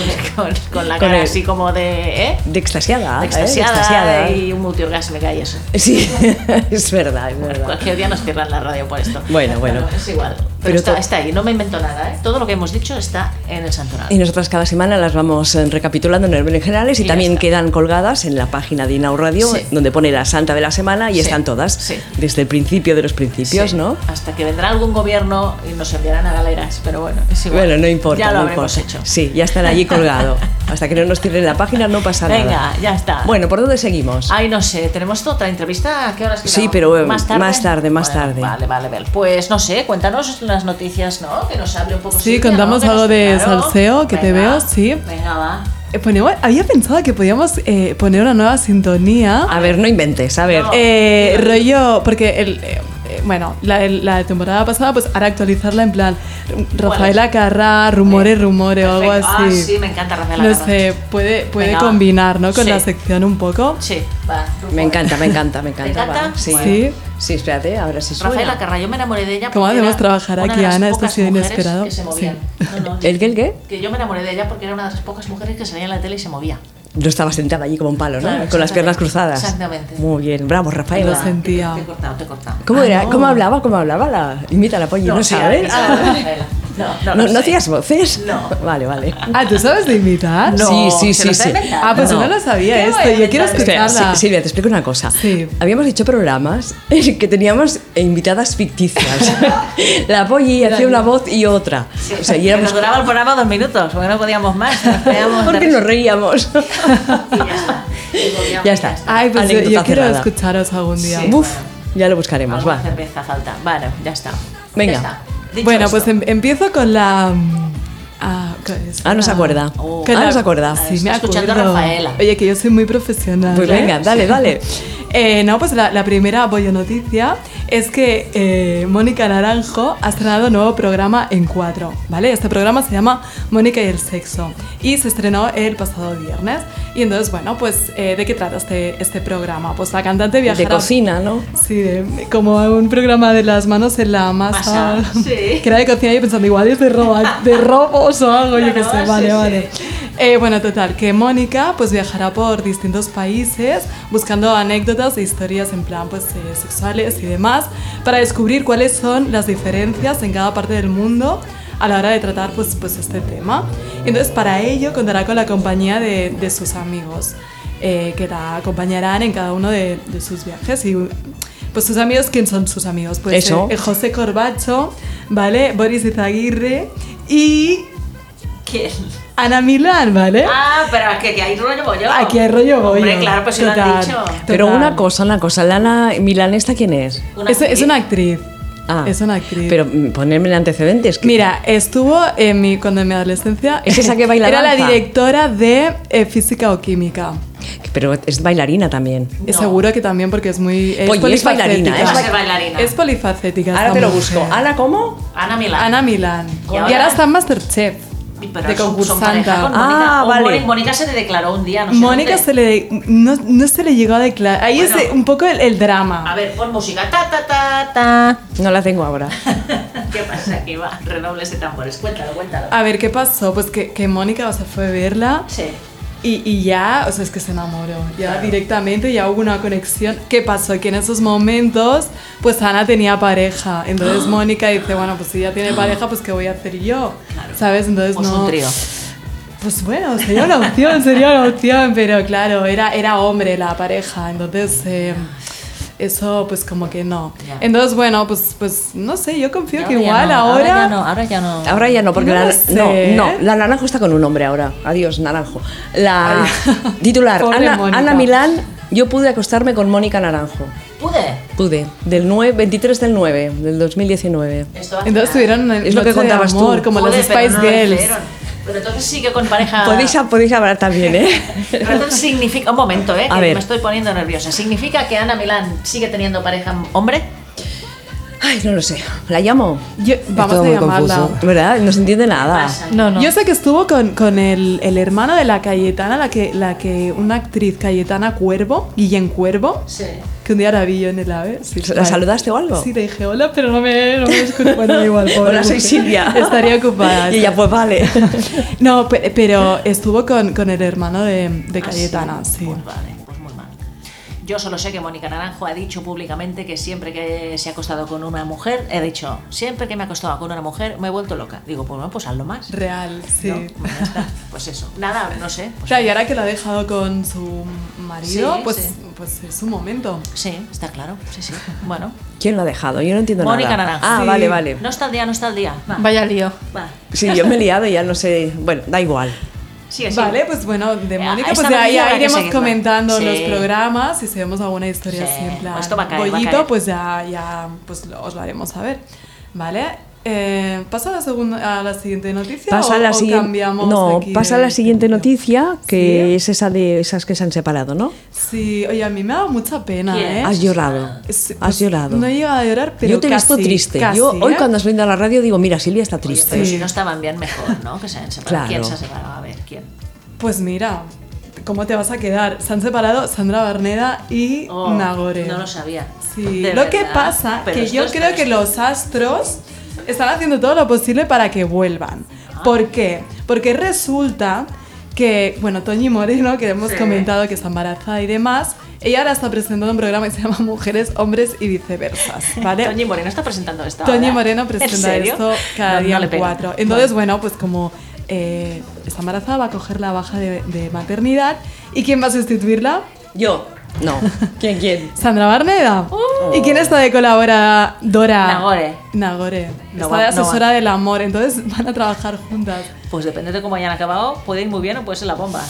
S3: con- con la
S1: Con
S3: cara
S1: el-
S3: así como de... ¿eh?
S1: De extasiada,
S3: De
S1: ¿eh?
S3: extasiada,
S1: De extasiada.
S3: y un multiorgásmica y eso.
S1: Sí, [LAUGHS] es verdad, es verdad.
S3: Cualquier día nos cierran la radio por esto.
S1: Bueno, bueno.
S3: Es igual. Pero,
S1: Pero
S3: está,
S1: to-
S3: está ahí, no me invento nada. ¿eh? Todo lo que hemos dicho está en el santoral.
S1: Y nosotras cada semana las vamos eh, recapitulando en el generales y,
S3: Y ya
S1: también
S3: está.
S1: quedan colgadas en la página de Inau Radio,
S3: Sí.
S1: donde pone la santa de la semana y
S3: Sí,
S1: están todas,
S3: sí.
S1: desde el principio de los principios,
S3: Sí,
S1: ¿no?
S3: Hasta que vendrá algún gobierno y nos enviarán a galeras. Pero bueno, es igual.
S1: Bueno, no importa.
S3: Ya lo
S1: no
S3: habremos
S1: importa.
S3: hecho.
S1: Sí, ya están
S3: [LAUGHS]
S1: allí colgado. Hasta que no nos tiren la página no pasa nada.
S3: Venga, ya está.
S1: Bueno, ¿por dónde seguimos?
S3: Ay, no sé, ¿tenemos otra entrevista? ¿A qué horas
S1: Sí, pero, eh, más tarde, más tarde.
S3: Vale, vale, vale. Pues no sé, cuéntanos las noticias, ¿no? Que nos hable un poco.
S2: Sí,
S3: Silvia, ¿no?
S2: contamos
S3: Que nos-
S2: algo de
S3: claro.
S2: salseo, que te
S3: Venga,
S2: veo, sí.
S3: Venga, va.
S2: Eh, ponemos- había pensado que podíamos eh, poner una nueva sintonía.
S1: A ver, no inventes, a ver.
S3: No.
S2: Eh, rollo, porque el, eh, eh, bueno, la, el- la temporada pasada, pues ahora actualizarla en plan Rafaela Carrá, rumores, rumores o algo así.
S3: Perfecto. Ah, sí, me encanta Rafaela
S2: No
S3: Carrá.
S2: sé, puede, puede
S3: Venga, va.
S2: combinar, ¿no? Con
S3: Sí.
S2: la sección un poco.
S3: Sí, va.
S1: Me encanta, me encanta, me encanta.
S3: encanta?
S1: va, Sí.
S2: Sí.
S1: Sí, espérate, ahora sí suena.
S3: [LAUGHS] Rafaela Carrá, yo me enamoré de ella.
S2: ¿Cómo
S3: porque
S2: debemos
S3: era
S2: trabajar
S3: una de
S2: aquí,
S3: las
S2: Ana? Esto ha
S3: pocas
S2: sido
S3: mujeres
S2: inesperado.
S3: Que se
S2: Sí.
S3: movían. No, no,
S1: [LAUGHS] ¿El qué, el qué?
S3: Que yo me enamoré de ella porque era una de las pocas mujeres que salía en la tele y se movía.
S1: No estaba sentada allí como un palo, ¿no?
S3: Claro,
S1: Con las
S3: exactamente.
S1: piernas cruzadas.
S3: Exactamente.
S1: Muy bien, bravo,
S2: Lo
S1: Rafaela.
S2: sé. Sentía.
S3: Te he cortado, te he cortado.
S1: ¿Cómo,
S3: Ah,
S1: era?
S3: no.
S1: ¿Cómo hablaba? ¿Cómo hablaba? La... Imita la Polly, ¿no,
S3: sí,
S1: sabes?
S3: ahora que sabe Rafaela. No, Ah, no,
S1: ¿No,
S3: lo
S1: no
S3: sé.
S1: hacías voces?
S3: No.
S1: Vale,
S3: [LAUGHS]
S1: vale.
S2: Ah, ¿tú sabes de imitar?
S3: No,
S1: sí, sí,
S3: se
S1: sí,
S3: lo está
S1: sí.
S3: inventando.
S2: Ah, pues yo no lo sabía
S3: ¿Qué voy
S2: esto. Yo
S3: a
S2: quiero
S3: inventar?
S1: Espera,
S2: escucharla.
S1: Sil- Silvia, te explico una cosa.
S2: Sí.
S1: Habíamos hecho programas [LAUGHS] en que teníamos eh, invitadas
S3: [LAUGHS]
S1: ficticias. la Polly hacía una voz y otra. O sea, y
S3: Que
S1: éramos...
S3: nos duraba el programa dos minutos, porque no podíamos más.
S1: [LAUGHS]
S3: Nos quedábamos
S1: Porque nos
S3: [LAUGHS]
S1: reíamos. [LAUGHS] ya está.
S2: Ay, pues yo, yo
S1: Anécdota
S2: quiero
S1: cerrada.
S2: escucharos algún día.
S3: Sí.
S1: Buf, ya lo buscaremos,
S3: Alguna
S1: va.
S3: cerveza falta. Vale, ya está.
S1: Venga.
S3: Ya está. Dicho
S2: Bueno,
S3: esto.
S2: pues em- empiezo con la... mm, Ah, ¿cuál es?
S1: Ah, no se
S2: La-
S1: acuerda.
S3: Oh.
S1: Ah, no se acuerda.
S3: Ah,
S2: Sí, me
S3: está escuchando a
S2: acuerdo.
S3: Rafaela.
S2: Oye, que yo soy muy profesional.
S1: Pues
S2: ¿eh?
S1: venga, dale, dale.
S2: [LAUGHS] Eh, no, pues la, la primera apoyo noticia es que eh, Mónica Naranjo ha estrenado nuevo programa en cuatro, ¿vale? Este programa se llama Mónica y el sexo y se estrenó el pasado viernes. Y entonces, bueno, pues, eh, ¿de qué trata este, este programa? Pues la cantante
S1: De
S2: viajará...
S1: cocina, ¿no?
S2: Sí, de- como un programa de las manos en la masa.
S3: Masa, sí.
S2: [LAUGHS] Que era de cocina, yo pensando, igual es de, roba, de robos o algo, yo qué
S3: Claro,
S2: sé.
S3: sí,
S2: Vale,
S3: sí.
S2: vale. Ah, Eh, bueno, total, que Mónica pues viajará por distintos países buscando anécdotas e historias en plan pues eh, sexuales y demás para descubrir cuáles son las diferencias en cada parte del mundo a la hora de tratar pues, pues este tema. Entonces para ello contará con la compañía de, de sus amigos eh, que la acompañarán en cada uno de, de sus viajes y pues sus amigos, ¿quién son sus amigos? Pues
S1: Eso.
S2: eh, José Corbacho, ¿vale? Boris Izaguirre y em-
S3: ¿Quién?
S2: Ana Milán, ¿vale?
S3: Ah, pero es que aquí hay rollo bollo.
S2: Aquí hay rollo
S3: Hombre,
S2: bollo.
S3: claro, pues si lo
S2: Total.
S3: han dicho.
S1: Pero
S2: Total.
S1: una cosa, una cosa. Lana Milán, ¿esta quién es?
S2: Es, es una actriz.
S1: Ah.
S2: Es una actriz.
S1: Pero mm, ponerme en antecedentes. que-
S2: Mira, estuvo en mi, cuando en mi adolescencia.
S1: ¿Es esa que baila
S2: Era la
S1: danza?
S2: directora de eh, física o química.
S1: Pero es bailarina también.
S2: Eh,
S3: No.
S2: Seguro que también porque es muy. Es
S1: Oye, es bailarina, ¿eh?
S2: polifacética.
S3: es ba- Va a ser bailarina.
S2: Es polifacética.
S1: Ahora
S2: esta
S1: te lo
S2: mujer.
S1: busco. Ah, ¿Ana cómo?
S3: Ana Milán.
S2: Ana Milán.
S3: Y
S2: Y ahora,
S3: ahora
S2: está en Masterchef.
S3: Pero
S2: de
S3: son- son
S2: concursanta.
S3: pareja con
S1: Ah,
S3: Mónica. O
S1: vale.
S3: Mónica- Mónica se le declaró un día, no sé
S2: Mónica
S3: dónde.
S2: se le. No, no se le llegó a declarar. Ahí es
S3: Bueno.
S2: eh, un poco el, el drama.
S3: A ver, pon música. Ta, ta, ta, [LAUGHS]
S2: Ah.
S3: ta.
S1: No la tengo ahora.
S3: ¿Qué pasa aquí? Va, redobles de tambores. Cuéntalo, cuéntalo.
S2: A ver, ¿qué pasó? Pues que, que Mónica, o sea, fue a verla.
S3: Sí.
S2: Y, y ya, o sea, es que se enamoró, ya directamente, ya hubo una conexión. ¿Qué pasó? Que en esos momentos, pues Ana tenía pareja. Entonces
S3: Ah.
S2: Mónica dice, bueno, pues si ya tiene pareja, pues ¿qué voy a hacer yo? ¿Sabes? Entonces
S3: Pues
S2: no...
S3: un trío.
S2: Pues bueno, sería una opción, sería una opción, pero claro, era, era hombre la pareja, entonces eh, eso pues como que no.
S3: Ya.
S2: Entonces bueno, pues, pues no sé, yo confío
S3: Ya,
S2: que
S3: ya
S2: igual
S3: no,
S2: ahora...
S3: ya no, ahora ya no.
S1: Ahora ya no, porque
S2: No
S1: la,
S2: lo sé.
S1: no, no, la naranjo está con un hombre ahora. Adiós, naranjo. La [LAUGHS] titular,
S2: Pobre
S1: Ana,
S2: Mónica.
S1: Ana Milán, yo pude acostarme con Mónica Naranjo.
S3: Pude.
S1: Pude, del 9, 23 del 9, del 2019.
S3: Esto va a
S2: Entonces
S3: ser-
S2: tuvieron una
S1: Es lo que
S2: noche de
S1: contabas tú.
S2: amor, como
S3: Joder,
S2: los
S3: pero
S2: Spice
S3: no lo
S2: Girls.
S3: hicieron. Pero entonces sí que con
S2: Ah.
S3: pareja.
S1: Podéis, podéis hablar también, ¿eh?
S2: [LAUGHS]
S3: Pero entonces significa. Un momento, ¿eh?
S1: A
S3: que
S1: ver.
S3: me estoy poniendo nerviosa. ¿Significa que Ana Milán sigue teniendo pareja hombre?
S1: Ay, no lo sé. La llamo,
S2: Yo- vamos
S6: todo
S2: a
S6: muy
S2: llamarla.
S6: confuso.
S1: ¿verdad? No se entiende nada.
S3: Pasa.
S7: No, no.
S2: Yo sé que estuvo con, con el, el hermano de la Cayetana, la que, la que una actriz Cayetana Cuervo, Guillén Cuervo,
S3: Sí.
S2: que un día la vi yo en el AVE. sí,
S1: ¿La saludaste o algo?
S2: Sí, le dije hola, pero no me, no me escuchó. Bueno, da igual, pobre
S1: Hola, soy
S2: mujer.
S1: Silvia.
S2: Estaría ocupada.
S1: [LAUGHS] Y ella, pues vale.
S2: [LAUGHS] No, pe- pero estuvo con, con el hermano de, de
S1: Ah,
S2: Cayetana, sí.
S3: Pues vale, pues muy mal. Yo solo sé que Mónica Naranjo ha dicho públicamente que siempre que se ha acostado con una mujer, he dicho, siempre que me he acostado con una mujer me he vuelto loca. Digo, pues bueno, pues hazlo más.
S2: Real, sí.
S3: No, bueno, ya está. Pues eso. Nada, no sé. pues-
S2: Claro, y ahora que lo ha dejado con su marido,
S3: Sí,
S2: pues,
S3: sí.
S2: pues es un momento.
S3: sí, está claro. Sí, sí. Bueno.
S1: ¿Quién lo ha dejado? Yo no entiendo
S3: Mónica
S1: nada.
S3: Naranjo.
S1: Ah,
S3: Sí.
S1: vale, vale.
S3: No está el día, no está el día. Va,
S7: Vaya lío.
S3: va.
S1: Sí, yo me he liado y ya no sé. Bueno, da igual.
S3: Sigue, sigue.
S2: Vale, pues bueno, de
S3: Ya,
S2: Mónica,
S3: esa
S2: pues ya,
S3: noticia
S2: ya
S3: habrá que
S2: iremos
S3: seguirla.
S2: comentando
S3: Sí.
S2: los programas y si vemos alguna historia
S3: Sí,
S2: así en plan
S3: esto va a caer, va a
S2: bollito,
S3: caer.
S2: pues ya, ya pues lo- os lo haremos saber. ¿Vale? Eh, ¿Pasa a la, segunda, a la siguiente noticia
S1: Pasa
S2: o,
S1: la
S2: o
S1: siguiente.
S2: cambiamos
S1: No,
S2: aquí
S1: pasa
S2: de-
S1: la siguiente noticia, que
S2: Sí.
S1: es esa de esas que se han separado, ¿no?
S2: Sí, oye, a mí me ha dado mucha pena,
S3: ¿Quién?
S2: ¿eh?
S1: Has llorado.
S2: Sí, pues,
S1: Has llorado.
S2: No he llegado a llorar, pero
S1: Yo te he visto
S2: casi,
S1: triste.
S2: casi,
S1: Yo hoy
S2: ¿eh?
S1: cuando has venido a la radio digo, mira, Silvia está
S3: Oye,
S1: triste.
S3: pero
S2: Sí.
S3: si no estaban bien, mejor, ¿no? Que se han
S1: Claro.
S3: separado. ¿Quién se ha separado? A ver, ¿quién?
S2: Pues mira, ¿cómo te vas a quedar? Se han separado Sandra Barneda y
S3: Oh,
S2: Nagore.
S3: No lo sabía.
S2: Sí,
S3: De
S2: lo que
S3: verdad.
S2: pasa
S3: Pero
S2: que
S3: esto
S2: yo
S3: está-
S2: creo que
S3: [LAUGHS]
S2: los astros están haciendo todo lo posible para que vuelvan. ¿Por qué? Porque resulta que, bueno, Toñi Moreno, que hemos comentado que está embarazada y demás, ella ahora está presentando un programa que se llama Mujeres, Hombres y
S3: [LAUGHS]
S2: Viceversas, ¿vale?
S3: Toñi Moreno está presentando esto.
S2: Toñi
S3: ahora.
S2: Moreno
S3: ¿En
S2: presenta
S3: serio?
S2: esto cada
S3: No, no
S2: día
S3: le
S2: en
S3: pego.
S2: cuatro. Entonces, bueno, pues como eh, está embarazada, va a coger la baja de, de maternidad. ¿Y quién va a sustituirla?
S1: Yo.
S2: [LAUGHS]
S1: No. ¿Quién, quién?
S2: Sandra Barneda. ¿Y quién está de colaboradora?
S3: Nagore.
S2: Nagore.
S3: No
S2: está
S3: va-
S2: de
S3: no va.
S2: asesora del amor, entonces [LAUGHS] van a trabajar juntas.
S3: Pues depende de cómo hayan acabado, puede ir muy bien o puede ser la bomba.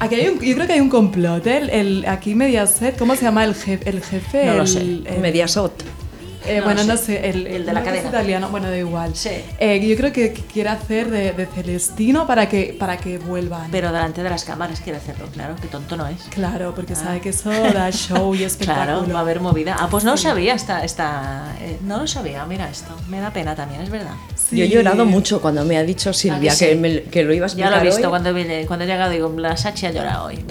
S2: Aquí hay un, yo creo que hay un complot, ¿eh? el, el- aquí Mediaset, ¿cómo se llama el jefe? El jefe
S3: No lo
S2: el-
S3: sé.
S2: el-
S1: Mediasot.
S2: eh,
S3: no
S2: bueno,
S3: lo
S2: no
S3: sé.
S2: sé, el,
S3: El de
S2: no
S3: la
S2: sé si
S3: cadena.
S2: italiano, bueno, da igual.
S3: Sí.
S2: Eh, yo creo que quiere hacer de, de Celestino para que, para que vuelvan.
S3: Pero delante de las cámaras quiere hacerlo, claro, que tonto no es.
S2: claro, porque sabe que eso
S3: [LAUGHS]
S2: da show y espectáculo.
S3: Ah. Claro, va a haber movida. Ah, pues no lo sabía, esta, esta, eh, no lo sabía, mira esto. Me da pena también, es verdad.
S2: Sí.
S1: Yo
S2: Ah,
S1: he llorado mucho cuando me ha dicho Silvia
S3: sí?
S1: que, me- que lo ibas a
S3: Ya
S1: explicar
S3: lo he visto
S1: hoy.
S3: cuando, vine- cuando he llegado, digo, la Sachi ha
S2: [LAUGHS]
S3: llorado hoy.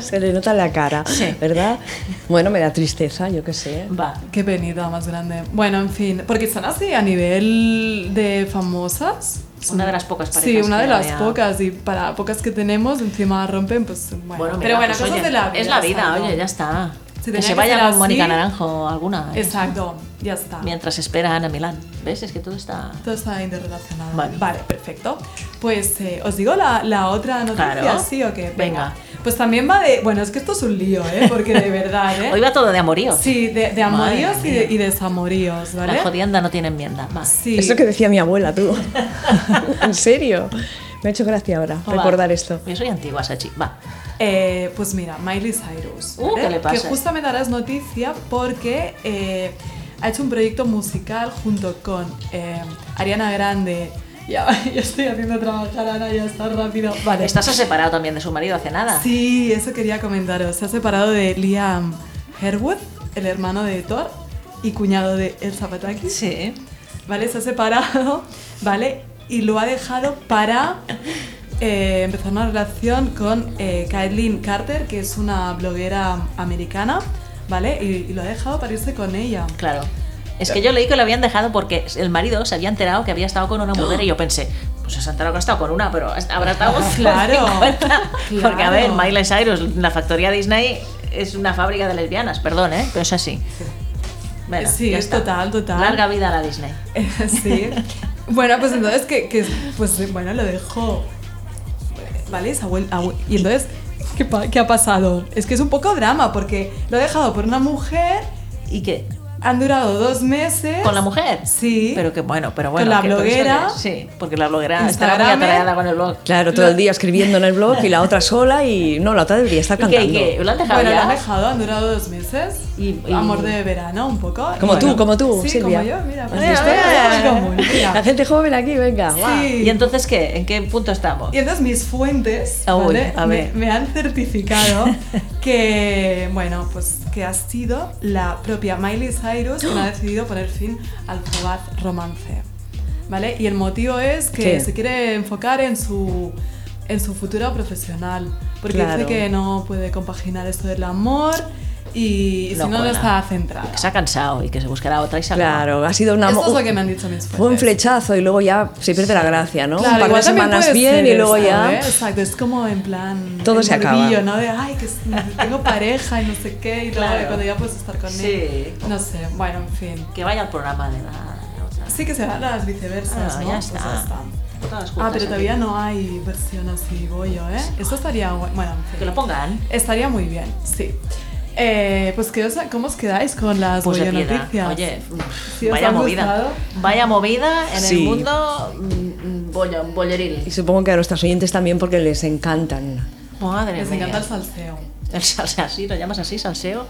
S1: Se le nota la cara,
S3: Sí.
S1: ¿verdad? Bueno, me da tristeza, yo qué sé.
S3: Va.
S2: Qué penita más grande. Bueno, en fin, porque están así a nivel de famosas.
S3: Es una de las pocas
S2: Sí,
S3: parejas
S2: una
S3: que
S2: de las
S3: había.
S2: pocas y para pocas que tenemos encima rompen, pues bueno.
S3: Bueno, mira,
S2: Pero bueno,
S3: pues,
S2: cosas
S3: oye,
S2: de la vida.
S3: Es la vida,
S2: ¿sabes?
S3: oye, ya está.
S2: Si
S3: que
S2: tenía
S3: se
S2: que
S3: vaya
S2: ser
S3: con
S2: así-
S3: Mónica Naranjo o alguna. ¿eh?
S2: Exacto, ya está.
S3: Mientras esperan a Milán. ¿Ves? Es que todo está...
S2: Todo está interrelacionado.
S3: Vale.
S2: Vale, perfecto. Pues eh, os digo la, la otra noticia,
S3: Claro.
S2: ¿sí o qué?
S3: Venga.
S2: Pues también va de. Bueno, es que esto es un lío, ¿eh? Porque
S3: [LAUGHS]
S2: de verdad, ¿eh?
S3: Hoy va todo de amorío.
S2: Sí, de, de amoríos
S3: Madre
S2: y, de-
S3: mía.
S2: y desamoríos, ¿vale?
S3: La jodienda no tiene enmienda. Va.
S2: Sí.
S1: Eso que decía mi abuela, [LAUGHS] tú. en serio. Me ha hecho gracia ahora
S3: Va.
S1: recordar esto.
S3: Yo soy antigua, Sachi. Va.
S2: Eh, pues mira, Miley Cyrus.
S3: Uh, ¿qué le pasa?
S2: Que justamente darás noticia porque eh, ha hecho un proyecto musical junto con eh, Ariana Grande. [LAUGHS] Ya, yo estoy haciendo trabajar a Ana, ya está rápido. Vale.
S3: Estás separado también de su marido hace nada.
S2: Sí, eso quería comentaros. Se ha separado de Liam Herwood, el hermano de Thor y cuñado de Elsa Pataki.
S3: Sí.
S2: ¿Vale? Se ha separado, [LAUGHS] ¿vale? Y lo ha dejado para eh, empezar una relación con eh, Kathleen Carter, que es una bloguera americana, ¿vale? Y, y lo ha dejado para irse con ella. [LAUGHS]
S3: Claro. Es que yo leí que lo habían dejado porque el marido se había enterado que había estado con una
S2: ¡Ah!
S3: mujer y yo pensé, pues se ha enterado que ha estado con una, pero habrá estado con
S2: Claro.
S3: 50.
S2: [LAUGHS]
S3: Porque a ver,
S2: Claro.
S3: Miley Cyrus, la factoría Disney es una fábrica de lesbianas, perdón, ¿eh? Pero es así. Bueno,
S2: Sí,
S3: ya
S2: es
S3: está.
S2: total, total.
S3: Larga vida a la Disney.
S2: sí. Bueno, pues entonces que, que- pues bueno, lo dejó. ¿Vale? Se ha vuel- ha vuel- y entonces, ¿qué, pa- qué ha pasado? Es que es un poco drama porque lo ha dejado por una mujer,
S3: ¿Y qué?
S2: han durado dos meses.
S3: ¿Con la mujer?
S2: Sí.
S3: Pero que bueno, pero bueno.
S2: Con la
S3: que entonces,
S2: bloguera. ¿eh?
S3: Sí, porque la bloguera estará muy
S2: Instagramer.
S3: atareada con el blog.
S1: Claro, todo el día escribiendo en el blog y la otra sola y no, la otra debería estar
S3: ¿Y qué?
S1: cantando.
S3: ¿Y qué? ¿Lo han dejado
S2: Bueno, lo
S3: ya?
S2: han dejado, han durado dos meses.
S3: Y-
S2: Y,
S3: y-
S2: Amor de verano, un poco.
S1: Como
S2: Y
S1: tú, como tú,
S2: sí,
S1: Silvia.
S2: como yo, mira. pues,
S1: ¿Has visto?
S2: mira, mira, común,
S1: [LAUGHS]
S2: mira.
S1: La gente joven aquí, venga. guau.
S2: Sí.
S3: ¿Y entonces qué? ¿En qué punto estamos?
S2: Y entonces mis fuentes
S3: Ah, uy,
S2: ¿vale?
S3: a
S2: me-
S3: ver.
S2: Me, han
S3: [LAUGHS]
S2: certificado que, bueno, pues que ha sido la propia Miley Cyrus quien
S3: ¡Oh!
S2: ha decidido poner fin al fugaz romance. ¿Vale? Y el motivo es que
S1: ¿Qué?
S2: se quiere enfocar en su, en su futuro profesional. Porque
S1: Claro.
S2: dice que no puede compaginar esto del amor y, y si
S3: No
S2: no, no
S3: cuela.
S2: está centrada.
S3: Que se ha cansado y que se buscará otra y se acabó.
S1: Claro, ha sido una.
S2: Esto es
S1: un-
S2: lo que me han dicho mis fuentes.
S1: Fue un flechazo y luego ya se pierde la gracia, ¿no? un
S2: Claro,
S1: par de
S2: igual también
S1: semanas
S2: puede
S1: bien
S2: ser,
S1: y luego ya.
S2: ¿sabes? Exacto, es como en plan.
S1: Todo
S2: el
S1: se acaba.
S2: morbillo, ¿no? De, ay, que s- tengo pareja y no sé qué, y luego
S3: Claro.
S2: cuando ya puedes estar con
S3: Sí.
S2: él. No sé, bueno, en fin.
S3: Que vaya al programa de la, la otra.
S2: Sí que se van las viceversas,
S3: Ah,
S2: ¿no?
S3: ya
S2: Pues
S3: está.
S2: Ah,
S3: Todas juntas
S2: pero
S3: aquí.
S2: todavía no hay versión así, bollo, ¿eh? Eso estaría gu- bueno. en fin.
S3: Que lo pongan.
S2: Estaría muy bien, sí. Eh, pues, ¿qué os- ¿cómo os quedáis con las
S3: Pues de
S2: bollo
S3: piedra.
S2: noticias?
S3: Oye,
S2: Si os
S3: vaya
S2: han
S3: movida.
S2: gustado.
S3: Vaya movida en el
S1: Sí.
S3: mundo mm, mm, bollo- bolleril.
S1: Y supongo que a nuestros oyentes también porque les encantan.
S2: [LAUGHS]
S3: Madre
S2: Les
S3: mía.
S2: encanta el salseo.
S3: El salseo, así, lo llamas
S2: [LAUGHS]
S3: así, salseo.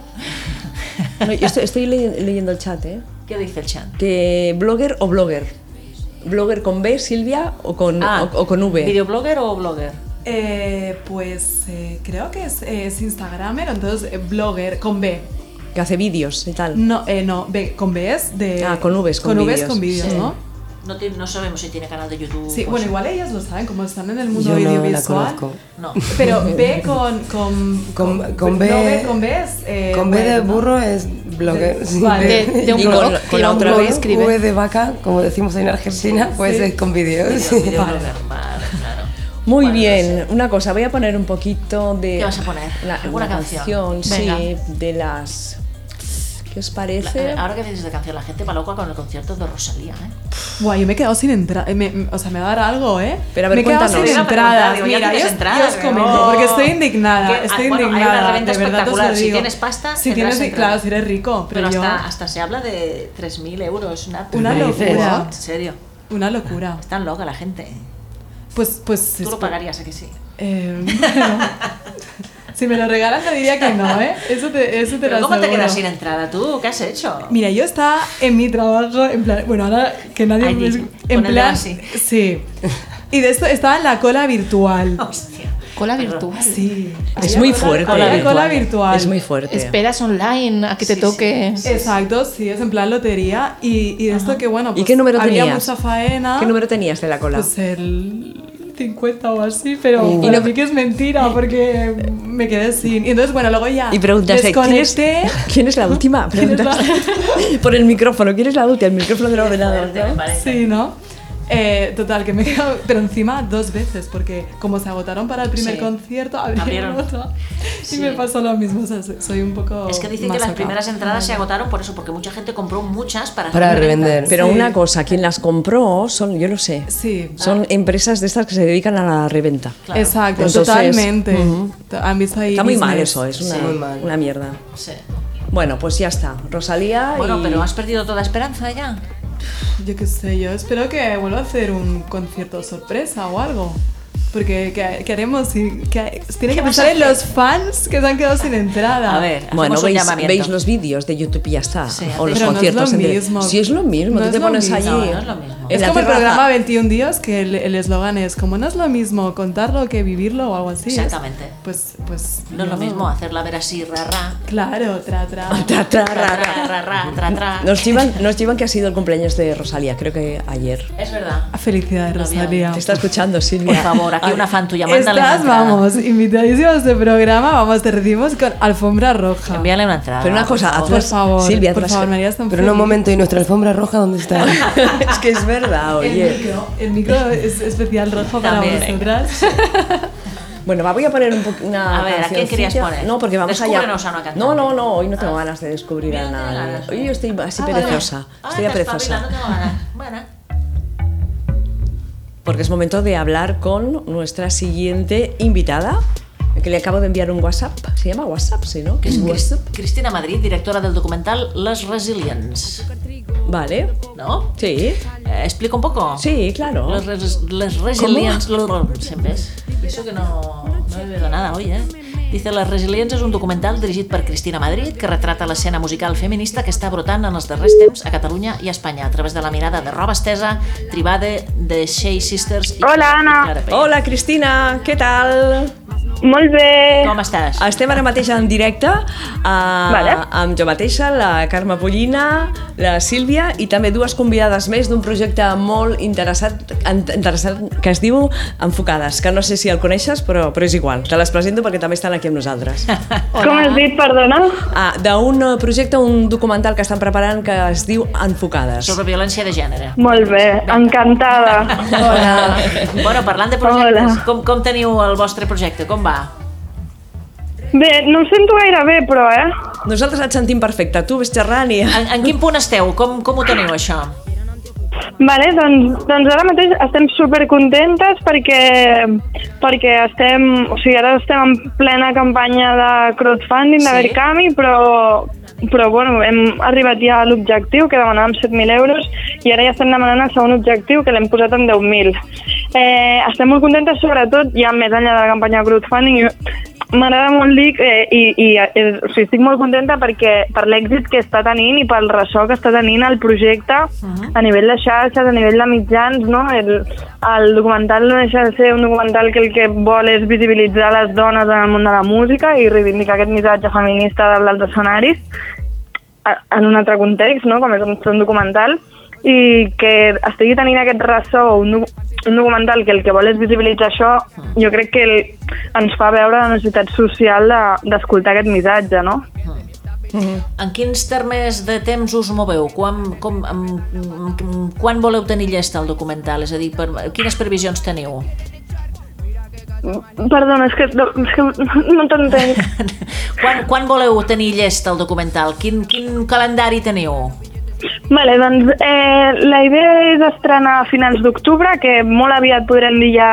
S1: No, yo estoy, estoy le- leyendo el chat, ¿eh?
S3: ¿Qué dice el chan?
S1: Que blogger o blogger. Blogger con B, Silvia, o con, o, o con V.
S3: Ah, ¿Videoblogger o blogger?
S2: Eh, pues eh, creo que es, es Instagramer, entonces eh, blogger con B.
S1: Que hace vídeos y
S3: Mm.
S1: tal.
S2: No, eh, no, B, con B es de.
S1: Ah, con Vs, con
S2: con Vs,
S1: vídeos.
S2: con vídeos,
S1: Sí.
S2: ¿no?
S3: No, tiene- no sabemos si tiene canal de YouTube.
S2: Sí,
S3: o
S2: bueno,
S3: si-
S2: igual ellas lo saben, como están en el mundo
S6: Yo no la
S2: audiovisual.
S6: conozco.
S1: [LAUGHS]
S3: No.
S2: Pero B con. Con,
S6: Con- con
S2: no,
S6: B-
S2: con B es. eh,
S6: Con B de
S2: web, ¿no?
S6: burro es blogger. sí,
S2: Vale.
S7: De, de un
S1: Y con-
S7: blog,
S1: con la
S7: tira un
S1: otra
S7: blog y
S1: vez
S7: escribe.
S6: V de vaca, como decimos en Argentina, pues
S2: sí.
S6: es con videos.
S3: Video- videoblogger, vale, claro.
S1: Muy
S3: Bueno, no
S1: bien,
S3: sé.
S1: una cosa, voy a poner un poquito de.
S3: ¿Qué vas a poner? ¿Alguna
S1: una
S3: canción?
S1: sí,
S3: Venga.
S1: de las. ¿Qué os
S3: La- eh,
S1: parece?
S3: ahora que dices de canción, la gente va loca con el concierto de Rosalía, ¿eh?
S2: Guau, yo me he quedado sin entrada. o sea, me va a dar algo, ¿eh?
S1: Pero a ver,
S2: me he quedado
S1: cuéntanos.
S2: sin
S1: Iba a
S3: preguntar,
S2: entradas.
S3: digo, ya
S2: Mira,
S3: tienes
S2: yo,
S3: entradas,
S2: os comento,
S3: pero-
S2: porque estoy indignada.
S3: Que- ah,
S2: estoy
S3: bueno, hay una
S2: indignada.
S3: reventa
S2: de verdad,
S3: espectacular,
S2: os lo
S3: si
S2: digo.
S3: tienes pasta,
S2: Si
S3: tendrás
S2: tienes,
S3: entrada.
S2: claro, si eres rico. Pero,
S3: Pero
S2: yo,
S3: hasta, hasta se habla de 3.000 euros. Una,
S2: Una
S3: ¿Qué dices?
S2: locura.
S3: En serio.
S2: Una locura.
S3: Es tan loca la gente.
S2: Pues, pues.
S3: Tú
S2: es-
S3: lo pagarías, ¿a que sí?
S2: Eh, bueno. si me lo regalan, te diría que no, ¿eh? Eso te, eso te
S3: Pero
S2: lo
S3: ¿Cómo te
S2: aseguro.
S3: quedas sin entrada tú? ¿Qué has hecho?
S2: Mira, yo estaba en mi trabajo, en plan, bueno, ahora que nadie
S3: Ay,
S2: me
S3: di-
S2: en
S3: con el dedo
S2: plan,
S3: así.
S2: sí. Y de esto estaba en la cola virtual.
S3: [LAUGHS] Hostia.
S7: Cola virtual.
S2: Sí.
S1: Es muy fuerte.
S2: Cola, cola, virtual.
S1: Es muy fuerte.
S7: Esperas online a que te toque.
S2: Exacto, sí, es en plan lotería. Y, y de esto que bueno,
S1: ¿Y
S2: pues
S1: qué número
S2: había
S1: tenías?
S2: mucha faena.
S1: ¿Qué número tenías de la cola?
S2: Pues el 50 o así, pero para
S1: no-
S2: mí que es mentira porque me quedé sin. Y entonces, bueno, luego ya
S1: y
S3: eh,
S1: preguntaste, ¿quién es,
S2: desconecté.
S3: [LAUGHS]
S1: quién es la última?
S2: ¿Quién es la-
S1: Preguntaste por el micrófono, ¿quién es la última? El micrófono del ordenador.
S3: Fuerte, me
S1: ¿no?
S3: parece.
S2: Sí, ¿no? Eh, total, que me he quedado, pero encima dos veces, porque como se agotaron para el primer
S3: Sí.
S2: concierto, abrieron,
S3: Abrieron.
S2: otro.
S3: Sí.
S2: Y me pasó lo mismo, o sea, soy un poco.
S3: Es que dicen que las
S2: masoca.
S3: primeras entradas se agotaron por eso, porque mucha gente compró muchas para,
S6: Para
S3: hacer reventa.
S6: revender.
S1: Pero
S2: Sí.
S1: una cosa, quien las compró son, yo lo sé,
S2: Sí.
S1: son empresas de estas que se dedican a la reventa.
S3: Claro.
S2: Exacto,
S1: Entonces,
S2: totalmente. To- Han visto ahí.
S1: Está muy
S2: business.
S1: mal eso, es una,
S3: Sí.
S6: Muy mal.
S1: una mierda.
S3: Sí.
S1: Bueno, pues ya está. Rosalía
S3: Bueno,
S1: y...
S3: pero has perdido toda esperanza ya.
S2: Yo qué sé, yo espero que vuelva a hacer un concierto sorpresa o algo. Porque, ¿qué, qué haremos? Y, qué- tiene que
S3: vas
S2: pensar
S3: a
S2: en
S3: hacer?
S2: los fans que se han quedado sin entrada.
S3: A ver,
S1: Bueno,
S3: hacemos un
S1: veis,
S3: llamamiento.
S1: veis los vídeos de YouTube y ya está.
S3: Sí,
S1: o los
S2: pero no es
S1: conciertos.
S2: lo
S1: en directo.
S2: mismo.
S1: Sí, es lo mismo.
S2: No
S1: Tú
S2: es
S1: te
S2: lo
S1: pones
S2: mismo.
S1: allí.
S3: No, no es lo mismo.
S1: en
S2: es
S1: la
S2: como el
S1: terraza. [LAUGHS]
S2: programa 21 días que el el eslogan es como no es lo mismo contarlo que vivirlo o algo así. es-
S3: Exactamente.
S2: Pues, pues.
S3: No es lo
S2: yo-
S3: mismo hacerla ver así, ra, ra,
S2: Claro, tra,
S3: [LAUGHS]
S2: tra.
S1: Tra, tra,
S3: ra,
S1: ra,
S3: ra,
S1: ra.
S3: ra, ra, tra, tra.
S1: Nos llevan, nos llevan que ha sido el cumpleaños de Rosalía, creo que ayer.
S3: Es verdad.
S2: Felicidades,
S3: Lo había
S2: Rosalía.
S1: Te está escuchando, Silvia.
S3: Por favor, aquí una fan tuya, mándale una
S2: Estás,
S3: entrada.
S2: vamos, invitadísimas a este programa. Vamos, te recibimos con alfombra roja.
S3: Envíale una entrada.
S1: Pero una
S3: por
S1: cosa,
S3: favor.
S1: hazlo-
S2: Por favor,
S1: Silvia,
S2: por
S1: hazlas-
S2: favor, María, están
S6: Pero no, un momento, ¿y nuestra alfombra roja dónde está?
S1: [LAUGHS] es que es verdad,
S2: [LAUGHS] El
S1: oye.
S2: micro, el micro es especial rojo
S3: También,
S2: para
S3: venga.
S2: vosotras.
S1: Bueno, va, voy a poner un po- una
S3: A ver, ¿a quién
S1: cancioncilla.
S3: querías poner?
S1: No, porque vamos allá.
S3: Descúbrenos a una cantante.
S1: no, no, no, hoy no tengo ganas de descubrir a
S3: Mira, no tengo
S1: nadie.
S3: ganas.
S1: Hoy yo estoy así
S3: Ah, vale.
S1: perezosa.
S3: Ah,
S1: Estoy
S3: te
S1: aperezosa.
S3: espabila, no tengo ganas. Bueno.
S1: Porque es momento de hablar con nuestra siguiente invitada, que le acabo de enviar un WhatsApp. ¿Se llama WhatsApp, sí, no? ¿Qué es WhatsApp?
S3: Cristina Madrid, directora del documental Les Resilients.
S1: Vale.
S3: ¿No?
S1: Sí.
S3: Eh, ¿Explico un poco?
S1: Sí, claro.
S3: Les, res- les Resilients. Siempre és. I Això que no, no he bebido nada hoy, eh? Dice Les Resilients és un documental dirigit per Cristina Madrid que retrata l'escena musical feminista que està brotant en els darrers temps a Catalunya i a Espanya a través de la mirada de Roba Estesa, Tribade, de Shea Sisters i
S4: Hola, Anna.
S3: i Clara Peya.
S1: Hola, Cristina, què tal?
S4: Molt bé.
S3: Com estàs?
S1: Estem ara mateix en directe eh,
S4: Vale.
S1: amb jo mateixa, la Carme Pollina, la Sílvia i també dues convidades més d'un projecte molt interessat, en- interessant que es diu Enfocades, que no sé si el coneixes, però, però és igual. Te les presento perquè també estan aquí amb
S3: [LAUGHS]
S1: nosaltres.
S4: Com has dit, perdona?
S1: Ah, d'un eh, projecte, un documental que estan preparant que es diu Enfocades.
S3: Sobre violència de gènere.
S4: Molt bé, encantada.
S3: Hola. [LAUGHS] Bueno, parlant de projectes,
S4: Hola.
S3: com, com teniu el vostre projecte? Com va?
S4: Bé, no ho sento gaire bé, però, eh?
S1: Nosaltres et sentim perfecte, tu ves xerrant i...
S3: En, en quin punt esteu? Com, com ho teniu, això?
S4: Vale, doncs, doncs ara mateix estem supercontentes perquè, perquè estem, o sigui, ara estem en plena campanya de crowdfunding de
S3: Sí.
S4: Verkami, però, però bueno, hem arribat ja a l'objectiu, que demanàvem 7.000 euros, i ara ja estem demanant el segon objectiu, que l'hem posat en 10.000. Eh, estem molt contentes, sobretot, ja més enllà de la campanya de crowdfunding, i M'agrada molt dir eh, i, i eh, o sigui, estic molt contenta perquè per l'èxit que està tenint i pel ressò que està tenint el projecte a nivell de xarxes, a nivell de mitjans, no? El, el documental no deixa de ser un documental que el que vol és visibilitzar les dones en el món de la música i reivindicar aquest missatge feminista dalt dels escenaris a- en un altre context, no? com és un, un documental, i que estigui tenint aquest ressò, un, doc- un documental que el que vol és visibilitzar això, jo crec que el, ens fa veure la necessitat social de- d'escoltar de, aquest missatge, no?
S3: En quins termes de temps us moveu? Quan, com, em, em, quan voleu tenir llest el documental? És a dir, per, quines previsions teniu?
S4: Perdona, és que, no, és que no t'entenc.
S3: [LAUGHS] Quan, quan voleu tenir llest el documental? Quin, quin calendari teniu?
S4: Vale, doncs eh, la idea és estrenar a finals d'octubre, que molt aviat podrem dir ja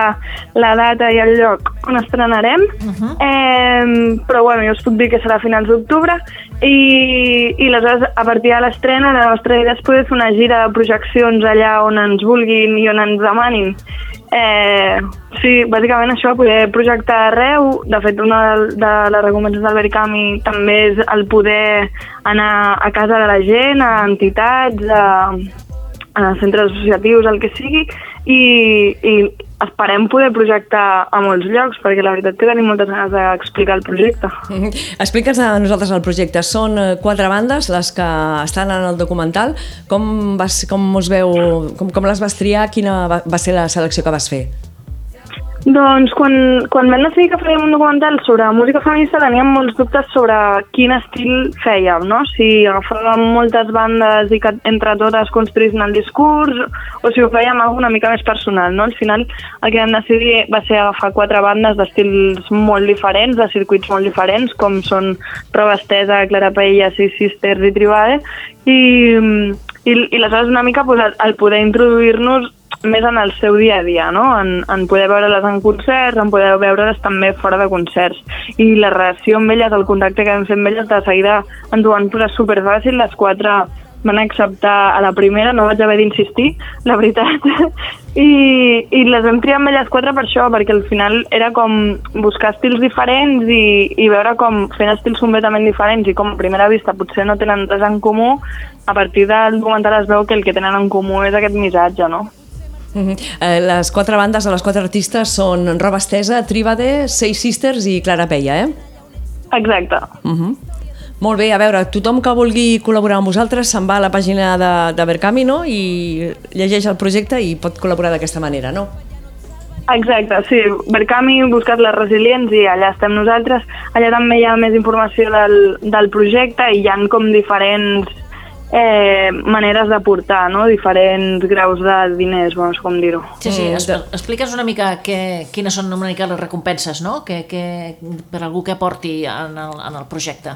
S4: la data i el lloc on estrenarem, uh -huh. eh, però bueno, jo us puc dir que serà a finals d'octubre, i, i aleshores a partir de l'estrena la nostra idea és poder fer una gira de projeccions allà on ens vulguin i on ens demanin. Eh, sí, bàsicament això, poder projectar arreu. De fet, una de, de les recomanacions d'Albert Camí també és el poder anar a casa de la gent, a entitats, a, a centres associatius, el que sigui, i, i esperem poder projectar a molts llocs, perquè la veritat que tenim moltes ganes d'explicar el projecte.
S1: Mm-hmm. Explica'ns a nosaltres el projecte. Són eh, quatre bandes les que estan en el documental. Com, vas, com, us veu, com, com les vas triar? Quina va, va ser la selecció que vas fer?
S4: Doncs quan, quan vam decidir que faríem un documental sobre música feminista teníem molts dubtes sobre quin estil fèiem, no? Si agafàvem moltes bandes i que entre totes construïssin el discurs o si ho fèiem alguna mica més personal, no? Al final el que vam decidir va ser agafar quatre bandes d'estils molt diferents, de circuits molt diferents, com són Prova Estesa, Clara Paella, Six Sisters i Tribade, i, i, i aleshores una mica pues, el poder introduir-nos més en el seu dia a dia, no? en, en poder veure-les en concerts, en poder veure-les també fora de concerts. I la relació amb elles, el contacte que vam fer amb elles, de seguida ens ho van posar superfàcil, les quatre van acceptar a la primera, no vaig haver d'insistir, la veritat. [LAUGHS] I, I les vam triar amb elles quatre per això, perquè al final era com buscar estils diferents i, i veure com fent estils completament diferents i com a primera vista potser no tenen res en comú, a partir del documental es veu que el que tenen en comú és aquest missatge, no?
S1: Mhm. Eh, Les quatre bandes de les quatre artistes són Roba Estesa, Tribade, Seis Sisters i Clara Peia, eh?
S4: Exacte.
S1: Mhm. Molt bé, a veure, tothom que vulgui col·laborar amb vosaltres se'n va a la pàgina de, de Berkami, no?, i llegeix el projecte i pot col·laborar d'aquesta manera, no?
S4: Exacte, sí. Berkami, buscat les resilients i allà estem nosaltres. Allà també hi ha més informació del, del projecte i hi han com diferents eh, maneres de portar, no? diferents graus de diners, bueno, és com dir-ho.
S3: Sí, sí, es, explica'ns una mica que, quines són una mica les recompenses, no? Que, que, per algú que aporti en el, en el projecte.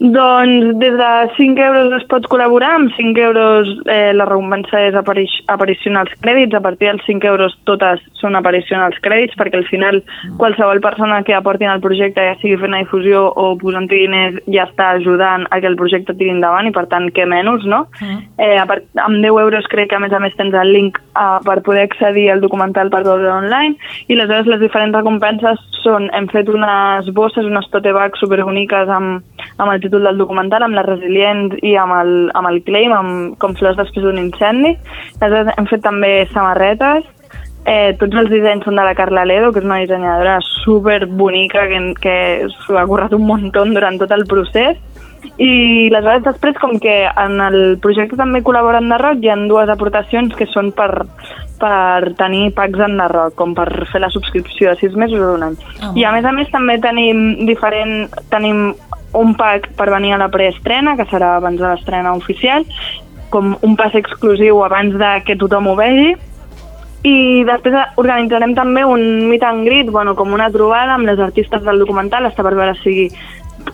S4: Doncs des de 5 euros es pot col·laborar, amb 5 euros eh, la recompensa és aparic aparició en els crèdits, a partir dels 5 euros totes són aparició en els crèdits, perquè al final qualsevol persona que aporti en el projecte, ja sigui fent una difusió o posant diners, ja està ajudant a que el projecte tiri endavant i per tant què menys, no? Eh, a part, amb 10 euros crec que a més a més tens el link eh, per poder accedir al documental per veure online i aleshores les diferents recompenses són, hem fet unes bosses, unes tote bags superboniques amb, amb el títol del documental, amb les resilients i amb el, amb el claim, amb, com flors després d'un incendi. Aleshores hem fet també samarretes, Eh, tots els dissenys són de la Carla Ledo, que és una dissenyadora superbonica que, que s'ho ha currat un muntó durant tot el procés. I aleshores després, com que en el projecte també col·laboren de rock, hi ha dues aportacions que són per, per tenir packs en de rock, com per fer la subscripció de sis mesos o d'un any.
S3: Ah,
S4: I a més a més també tenim diferent, tenim un pack per venir a la preestrena, que serà abans de l'estrena oficial, com un pass exclusiu abans de que tothom ho vegi, i després organitzarem també un meet and greet, bueno, com una trobada amb les artistes del documental, està per veure si,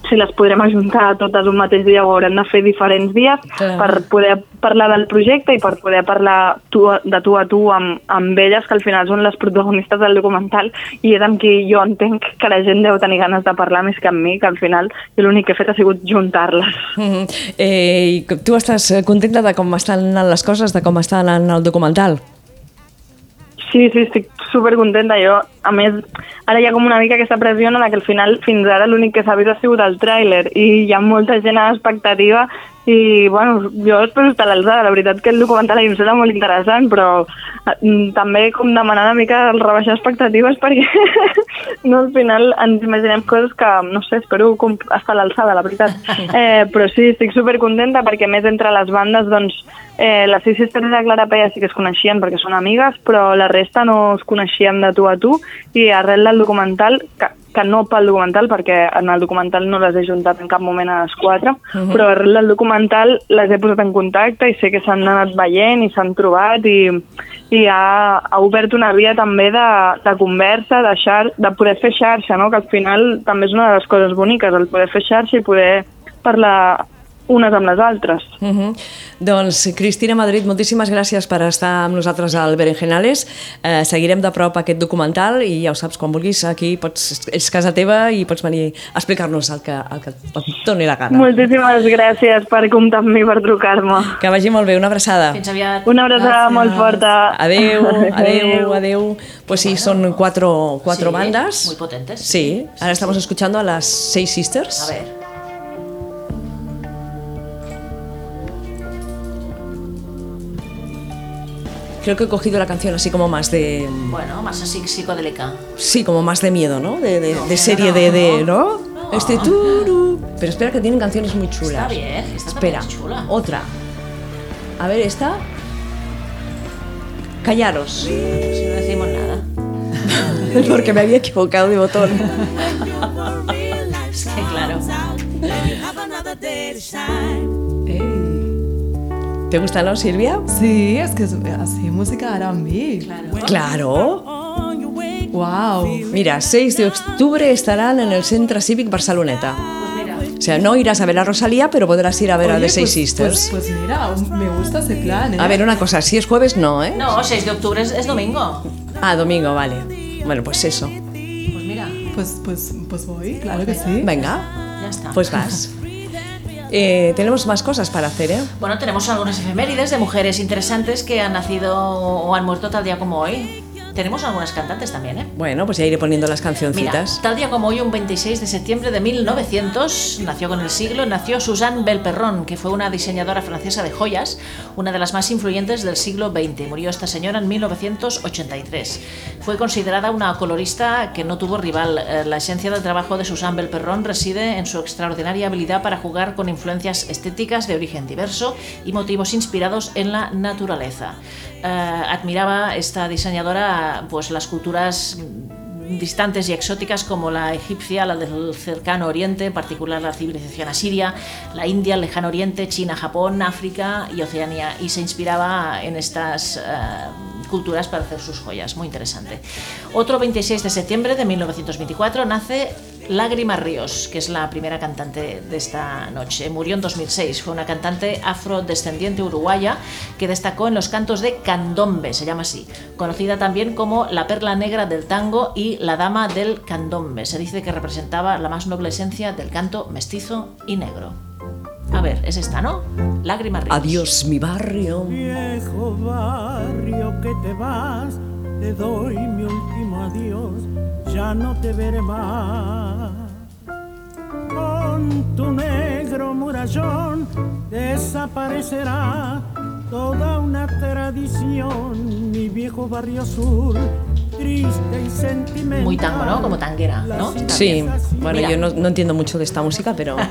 S4: si les podrem ajuntar totes un mateix dia o haurem de fer diferents dies
S1: Clar.
S4: per poder parlar del projecte i per poder parlar tu, a- de tu a tu amb, amb elles, que al final són les protagonistes del documental i és amb qui jo entenc que la gent deu tenir ganes de parlar més que amb mi, que al final jo l'únic que he fet ha sigut juntar-les.
S1: Mhm. Eh, i tu estàs eh, contenta de com estan anant les coses, de com estan anant el documental?
S4: Sí, sí, estic supercontenta. Jo, a més, ara hi ha com una mica aquesta pressió en la que al final fins ara l'únic que s'ha vist ha sigut el tràiler i hi ha molta gent a l'expectativa i, bueno, jo espero estar a l'alçada. La veritat que el documental a mi em sembla molt interessant, però eh, mm, també com demanar una mica el rebaixar expectatives [LAUGHS] perquè no, al final ens imaginem coses que, no sé, espero com estar a l'alçada, la veritat. Eh, però sí, estic supercontenta perquè a més entre les bandes, doncs, eh, les sis sisters de Clara Peia sí que es coneixien perquè són amigues, però la resta no es coneixien de tu a tu i arrel del documental, que, que no pel documental, perquè en el documental no les he juntat en cap moment a les quatre, però arrel del documental les he posat en contacte i sé que s'han anat veient i s'han trobat i, i ha, ha obert una via també de, de conversa, de, xar, de poder fer xarxa, no? que al final també és una de les coses boniques, el poder fer xarxa i poder parlar unes amb les altres.
S1: Mhm. Doncs, Cristina Madrid, moltíssimes gràcies per estar amb nosaltres al Berenjenales. Eh, seguirem de prop aquest documental i ja ho saps, quan vulguis, aquí pots, és casa teva i pots venir a explicar-nos el que, el que et doni la gana.
S4: Moltíssimes gràcies per comptar amb mi, per trucar-me.
S1: Que vagi molt bé, una abraçada.
S3: Fins aviat.
S4: Una abraçada molt forta.
S1: Adeu, adeu, adeu. Pues sí, son cuatro, cuatro
S3: Sí, eh?
S1: bandas.
S3: muy potentes.
S1: Sí, ahora estamos escuchando a las seis sisters.
S3: A ver.
S1: Creo que he cogido la canción así como más de...
S3: Bueno, más así psicodélica.
S1: Sí, como más de miedo, ¿no? De, de- de serie
S3: no,
S1: de... de ¿No?
S3: no.
S1: Este turu. Pero espera que tienen canciones muy chulas.
S3: Está bien, esta
S1: Espera,
S3: también es chula. Oh,
S1: otra. A ver, esta. Callaros. [LAUGHS]
S3: Si no decimos nada. [LAUGHS]
S1: Porque me había equivocado de botón.
S3: Es que claro.
S1: ¿Te gusta, no, Silvia?
S2: Sí, es que es así, música R&B. Claro.
S1: Claro.
S2: Wow.
S1: Mira, 6 de octubre estarán en el Centre Cívic Barceloneta.
S3: Pues
S1: O sea, no irás a ver a Rosalía, pero podrás ir a ver a The
S2: Oye,
S1: Six
S2: pues-
S1: Sisters.
S2: Pues, pues mira, me gusta ese plan, ¿eh?
S1: A ver, una cosa, si es jueves, no, ¿eh?
S3: No, 6 de octubre es, es domingo.
S1: Ah, domingo, vale. Bueno, pues eso.
S3: Pues mira,
S2: Pues, pues, pues voy, claro que sí.
S1: Venga,
S3: ya está.
S1: pues vas. Eh, tenemos más cosas para hacer, ¿eh?
S3: [LAUGHS] Bueno, tenemos algunas efemérides de mujeres interesantes que han nacido o han muerto tal día como hoy. Tenemos algunas cantantes también, ¿eh?
S1: Bueno, pues ya iré poniendo las
S3: Mira,
S1: cancioncitas.
S3: tal día como hoy, un 26 de septiembre de 1900, nació con el siglo, nació Suzanne Belperron, que fue una diseñadora francesa de joyas, una de las más influyentes del siglo XX. Murió esta señora en 1983. Fue considerada una colorista que no tuvo rival. Eh, La esencia del trabajo de Suzanne Belperron reside en su extraordinaria habilidad para jugar con influencias estéticas de origen diverso y motivos inspirados en la naturaleza. Eh, admiraba esta diseñadora pues las culturas distantes y exóticas como la egipcia, la del cercano oriente, en particular la civilización asiria, la India, el lejano oriente, China, Japón, África y Oceanía, y se inspiraba en estas eh, culturas para hacer sus joyas, muy interesante. Otro 26 de septiembre de 1924 nace Lágrima Ríos, que es la primera cantante de esta noche. Murió en 2006, fue una cantante afrodescendiente uruguaya que destacó en los cantos de candombe, se llama así, conocida también como la perla negra del tango y la dama del candombe. Se dice que representaba la más noble esencia del canto mestizo y negro. A ver, es esta, ¿no? Lágrima Ríos.
S1: Adiós, mi barrio.
S8: Viejo barrio que te vas, te doy mi último adiós, ya no te veré más. Con tu negro murallón desaparecerá toda una tradición, mi viejo barrio sur, triste y sentimental.
S3: Muy tango, ¿no? Como tanguera, ¿no?
S1: Sí, bueno,
S3: Mira.
S1: yo no, no entiendo mucho de esta música, pero...
S3: [LAUGHS]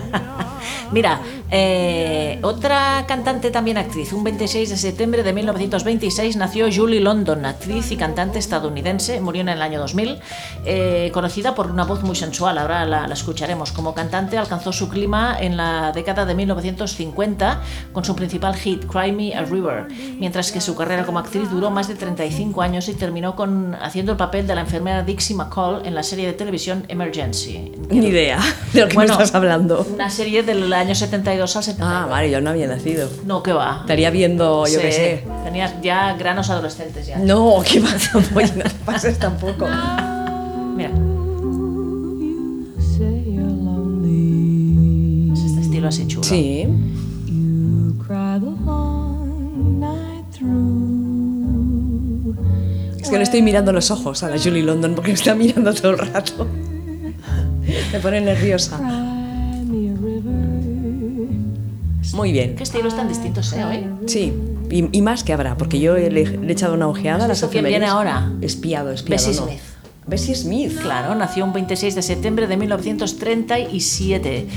S3: Mira, eh, otra cantante también actriz. Un 26 de septiembre de 1926 nació Julie London, actriz y cantante estadounidense. Murió en el año 2000. eh, conocida por una voz muy sensual, ahora la, la escucharemos. Como cantante alcanzó su clima en la década de 1950 con su principal hit, Cry Me a River, mientras que su carrera como actriz duró más de 35 años y terminó con, haciendo el papel de la enfermera Dixie McCall en la serie de televisión Emergency.
S1: Ni idea de lo que
S3: Bueno,
S1: me estás hablando.
S3: Una serie del año 72 al 72.
S1: Ah, vale, yo no había nacido.
S3: No, que va.
S1: Estaría viendo, yo
S3: Sí,
S1: qué sé.
S3: Tenías ya granos adolescentes ya.
S1: No, ¿qué pasa? [LAUGHS] Oye, no
S3: [LAUGHS]
S1: pases tampoco.
S3: Mira. Es este estilo así chulo.
S1: Sí. Es que le estoy mirando los ojos a la Julie London porque me está mirando todo el rato. [LAUGHS] Me pone nerviosa. Muy bien.
S3: Qué estilos tan distintos, ¿eh? Hoy.
S1: Sí. Y, y más que habrá, porque yo le, le he echado una ojeada a las
S3: ¿Esto quién viene
S1: efemérides.
S3: ahora?
S1: Espiado, espiado.
S3: Bessie
S1: no.
S3: Smith.
S1: Bessie Smith.
S3: Claro, nació un 26 de septiembre de 1937.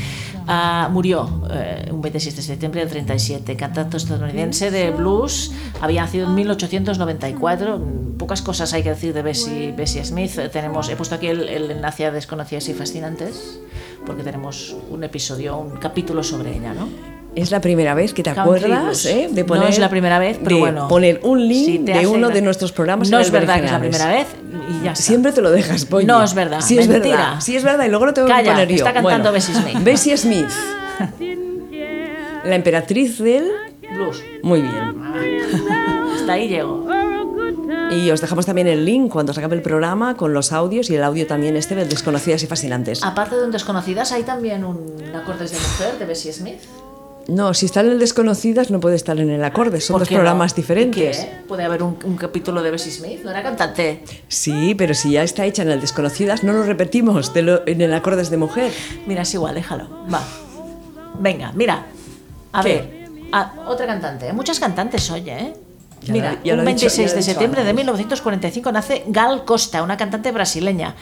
S3: Ah, murió eh, un 26 de septiembre del 37. Cantante estadounidense de blues. Había nacido en 1894. Mm, Pocas cosas hay que decir de Bessie, Bessie Smith. Eh, Tenemos, he puesto aquí el, el enlace a Desconocidas y Fascinantes porque tenemos un episodio, un capítulo sobre ella, ¿no?
S1: Es la primera vez que te
S3: Country
S1: acuerdas
S3: Blues.
S1: eh, de
S3: No
S1: poner.
S3: es la primera vez, pero
S1: de
S3: bueno.
S1: Poner un link
S3: Si te
S1: de
S3: hace
S1: uno
S3: gra-
S1: de nuestros programas.
S3: No
S1: en
S3: es
S1: el
S3: verdad que es la
S1: Berenjenales.
S3: primera vez y ya está.
S1: Siempre te lo dejas, Polly.
S3: No es verdad,
S1: Sí, es
S3: mentira.
S1: verdad. Sí, es verdad. Y luego lo tengo que
S3: Calla,
S1: poner yo.
S3: está cantando Bessie Smith.
S1: Bessie Smith. La emperatriz del.
S3: Blues.
S1: Muy bien.
S3: Hasta ahí llego.
S1: Y os dejamos también el link cuando se acabe el programa con los audios y el audio también este de Desconocidas y Fascinantes.
S3: Aparte de un Desconocidas, hay también un Acordes de Mujer de Bessie Smith.
S1: No, si están en el Desconocidas no puede estar en el acorde. Son
S3: ¿Por
S1: dos
S3: qué no?
S1: programas
S3: ¿Y
S1: diferentes.
S3: qué? Puede haber un, un capítulo de Bessie Smith, no era cantante.
S1: Sí, pero si ya está hecha en el Desconocidas, no lo repetimos te lo- en el Acordes de Mujer.
S3: Mira, es igual, déjalo. Va. Venga, mira. A
S1: ¿Qué?
S3: ver, a- otra cantante. Muchas cantantes hoy, ¿eh?
S1: Ya
S3: Mira,
S1: lo- ya lo
S3: un
S1: he dicho-
S3: 26
S1: ya lo he
S3: de
S1: dicho
S3: septiembre de
S1: antes.
S3: 1945 nace Gal Costa, una cantante brasileña.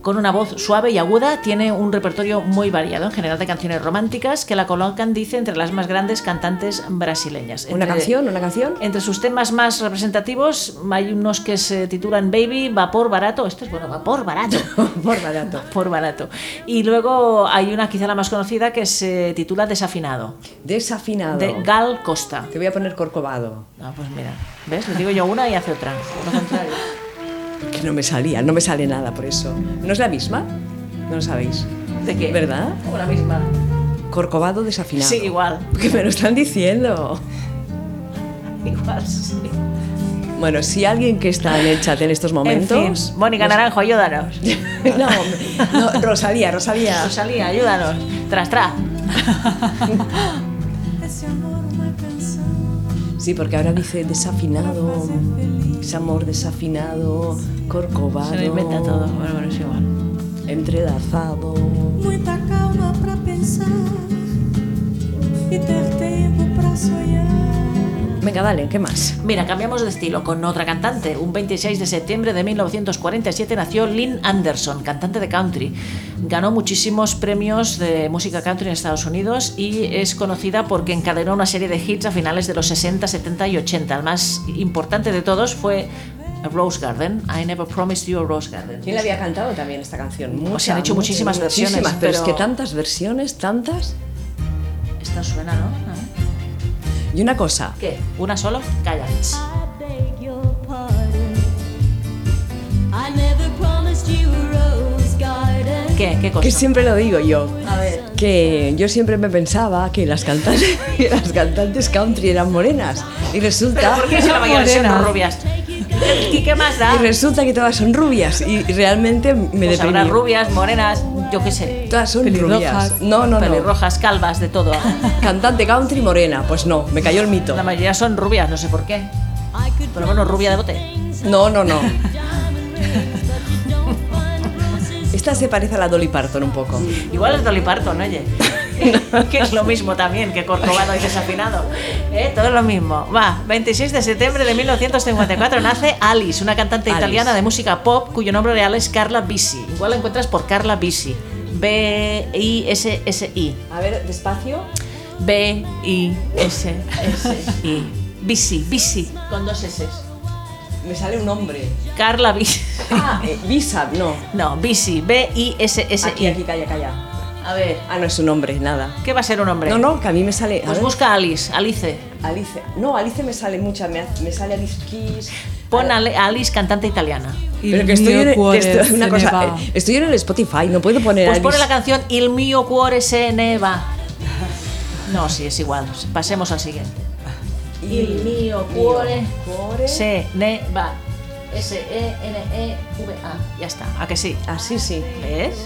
S3: Con una voz suave y aguda, tiene un repertorio muy variado, en general de canciones románticas, que la colocan, dice, entre las más grandes cantantes brasileñas. Eh,
S1: ¿Una
S3: Entre-
S1: canción? ¿Una canción?
S3: Entre sus temas más representativos hay unos que se titulan Baby, Vapor Barato. Esto es bueno, Vapor
S1: [LAUGHS]
S3: Barato.
S1: Por barato.
S3: Por barato. Y luego hay una, quizá la más conocida, que se titula Desafinado,
S1: Desafinado.
S3: de Gal Costa.
S1: Te voy a poner corcovado.
S3: Ah, pues mira, ¿ves? Le digo yo una y hace otra. Lo contrario.
S1: Que no me salía, no me sale nada por eso. ¿No es la misma? No lo sabéis.
S3: ¿De qué?
S1: ¿Verdad?
S3: O la misma.
S1: Corcovado desafinado.
S3: Sí, igual. [LAUGHS]
S1: Que me lo están diciendo.
S3: Igual, sí.
S1: Bueno, si alguien que está en el chat en estos momentos.
S3: En fin, Mónica
S1: [LAUGHS]
S3: Naranjo, ayúdanos.
S1: no, no, Rosalía, Rosalía.
S3: Rosalía, ayúdanos. Tras, tras.
S1: Sí, porque ahora dice desafinado, es amor desafinado, corcovado.
S3: Se lo inventa todo. Bueno, bueno, es igual.
S1: Entrelazado.
S9: Muita calma pra pensar e ter tempo pra sonhar.
S1: Venga, dale, ¿qué más?
S3: Mira, cambiamos de estilo con otra cantante. Un 26 de septiembre de 1947 nació Lynn Anderson, cantante de country. Ganó muchísimos premios de música country en Estados Unidos y es conocida porque encadenó una serie de hits a finales de los 60, 70 y 80. El más importante de todos fue Rose Garden, I Never Promised You a Rose Garden.
S1: ¿Quién la había cantado también esta canción?
S3: Mucha, han hecho mucha, muchísimas versiones,
S1: Muchísimas, pero es
S3: pero-
S1: que tantas versiones, tantas.
S3: Esta suena, ¿no?
S1: Ah.
S3: ¿No?
S1: Y una cosa,
S3: ¿Qué? ¿Una solo? Calla.
S9: I beg your pardon. I never promised you a rose garden.
S3: ¿Qué? ¿Qué cosa?
S1: que siempre lo digo yo,
S3: A ver.
S1: que yo siempre me pensaba que las cantantes, [LAUGHS] que las cantantes country eran morenas y resulta
S3: ¿Pero por qué se la mayoría son
S1: Morenas.
S3: rubias? ¿Y qué más da?
S1: y resulta que todas son rubias y realmente me
S3: Pues habrá
S1: deprimí.
S3: rubias, morenas, yo qué sé.
S1: Todas son
S2: Pelirrojas.
S1: rubias. No, no, no.
S3: Pelirrojas, calvas,
S1: [LAUGHS]
S3: de todo.
S1: Cantante country morena, pues no, me cayó el mito.
S3: La mayoría son rubias, no sé por qué. Pero bueno, rubia de bote.
S1: No, no, no. Esta se parece a la Dolly Parton un poco.
S3: Igual es Dolly
S1: [LAUGHS]
S3: Parton, oye. [LAUGHS] que es lo mismo también que corcovado y desafinado. ¿Eh? Todo lo mismo. Va, 26 de septiembre de 1954 nace Alice, una cantante
S1: Alice.
S3: italiana de música pop cuyo nombre real es Carla Bisi. Igual la encuentras por Carla Bisi. B-I-S-S-I.
S1: A ver, despacio.
S3: B-I-S-S-I. Bisi, Bisi, con dos S.
S1: Me sale un nombre.
S3: Carla Bisi.
S1: Ah, eh, Visa, no.
S3: No, Bisi, B-I-S-S-I.
S1: Aquí, aquí, calla, calla.
S3: A ver,
S1: Ah, no es un nombre, nada.
S3: ¿qué va a ser un hombre?
S1: No, no, que a mí me sale. a
S3: Pues
S1: ver,
S3: busca a Alice, Alice.
S1: Alice. No, Alice me sale mucha. Me, ha- me sale Alice Keys.
S3: Pon
S1: a-
S3: a Ale- a Alice cantante italiana.
S1: Pero que estoy en, el- que estoy- una cosa,
S2: va.
S1: eh, estoy en el Spotify, no puedo poner
S3: Pues
S1: Eh, Alice.
S3: pone la canción Il mio cuore se ne va. No, sí, es igual. Pasemos al siguiente. Il mio cuore E,
S1: cuore.
S3: se ne va. S-E-N-E-V-A. Ya está, ¿a que sí?
S1: Ah, sí, sí.
S3: ¿Ves?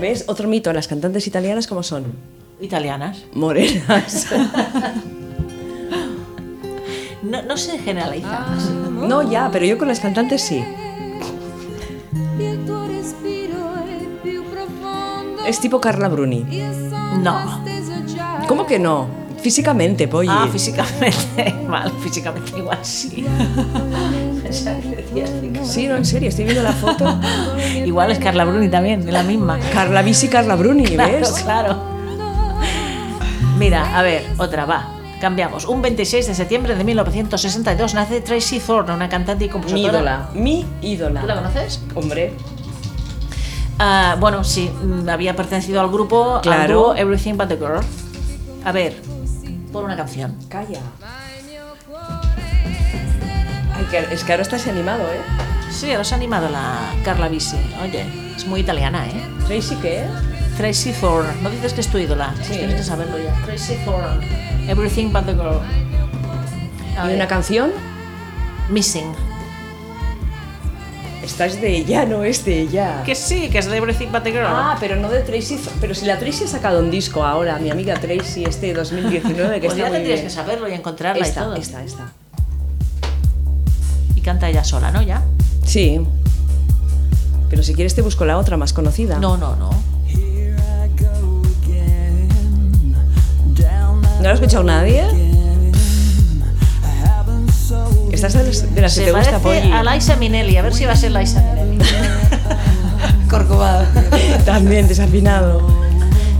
S1: ¿Ves? Otro mito, las cantantes italianas como son.
S3: Italianas.
S1: Morenas.
S3: No, no se generaliza.
S1: No, ya, pero yo con las cantantes sí.
S9: E il tuo respiro è più profondo.
S1: Es tipo Carla Bruni.
S9: E
S3: No.
S9: steso già.
S1: ¿Cómo que no? Físicamente, polly.
S3: [LAUGHS] Ah, físicamente. Mal, físicamente igual sí.
S1: Sí, no, en serio, estoy viendo la foto.
S3: Igual es Carla Bruni también, de la misma.
S1: Carla Bici, Carla Bruni,
S3: Claro,
S1: ¿ves?
S3: claro. Mira, a ver, otra va. Cambiamos. Un 26 de septiembre de 1962 nace Tracy Thorne, una cantante y
S1: Mi
S3: compositora.
S1: ídola, mi ídola.
S3: ¿Tú la conoces?
S1: Hombre,
S3: Ah, bueno, sí, mm, había pertenecido al grupo, al
S1: Claro.
S3: dúo Everything But the Girl. A ver, por una canción.
S1: calla. Ay, que- es que ahora estás animado, ¿eh?
S3: Sí, os ha animado la Carla Bisi. Oye, es muy italiana, ¿eh?
S1: Tracy, ¿qué es?
S3: Tracy Thorne. No dices que es tu ídola.
S1: Sí.
S3: Tienes que saberlo ya. Tracy Thorne. Everything But the Girl. A
S1: ¿Y
S3: ver,
S1: una canción?
S3: Missing.
S1: Esta es de ella, no es de ella.
S3: Que sí, que es de Everything But the Girl.
S1: Ah, pero no de Tracy. Pero si la Tracy ha sacado un disco ahora, mi amiga Tracy, este 2019, que
S3: pues
S1: está
S3: ya
S1: muy
S3: tendrías
S1: bien.
S3: que saberlo y encontrarla y todo.
S1: Esta, esta, esta.
S3: Y canta ella sola, ¿no? ¿Ya?
S1: Sí. Pero si quieres te busco la otra más conocida.
S3: No, no, no.
S1: ¿No la ha escuchado nadie? Esta es de las- de las que
S3: Se
S1: te gusta,
S3: parece
S1: Polly.
S3: a Liza Minnelli. A ver si va a ser Liza Minnelli.
S1: [LAUGHS]
S6: Corcovado.
S1: También desafinado.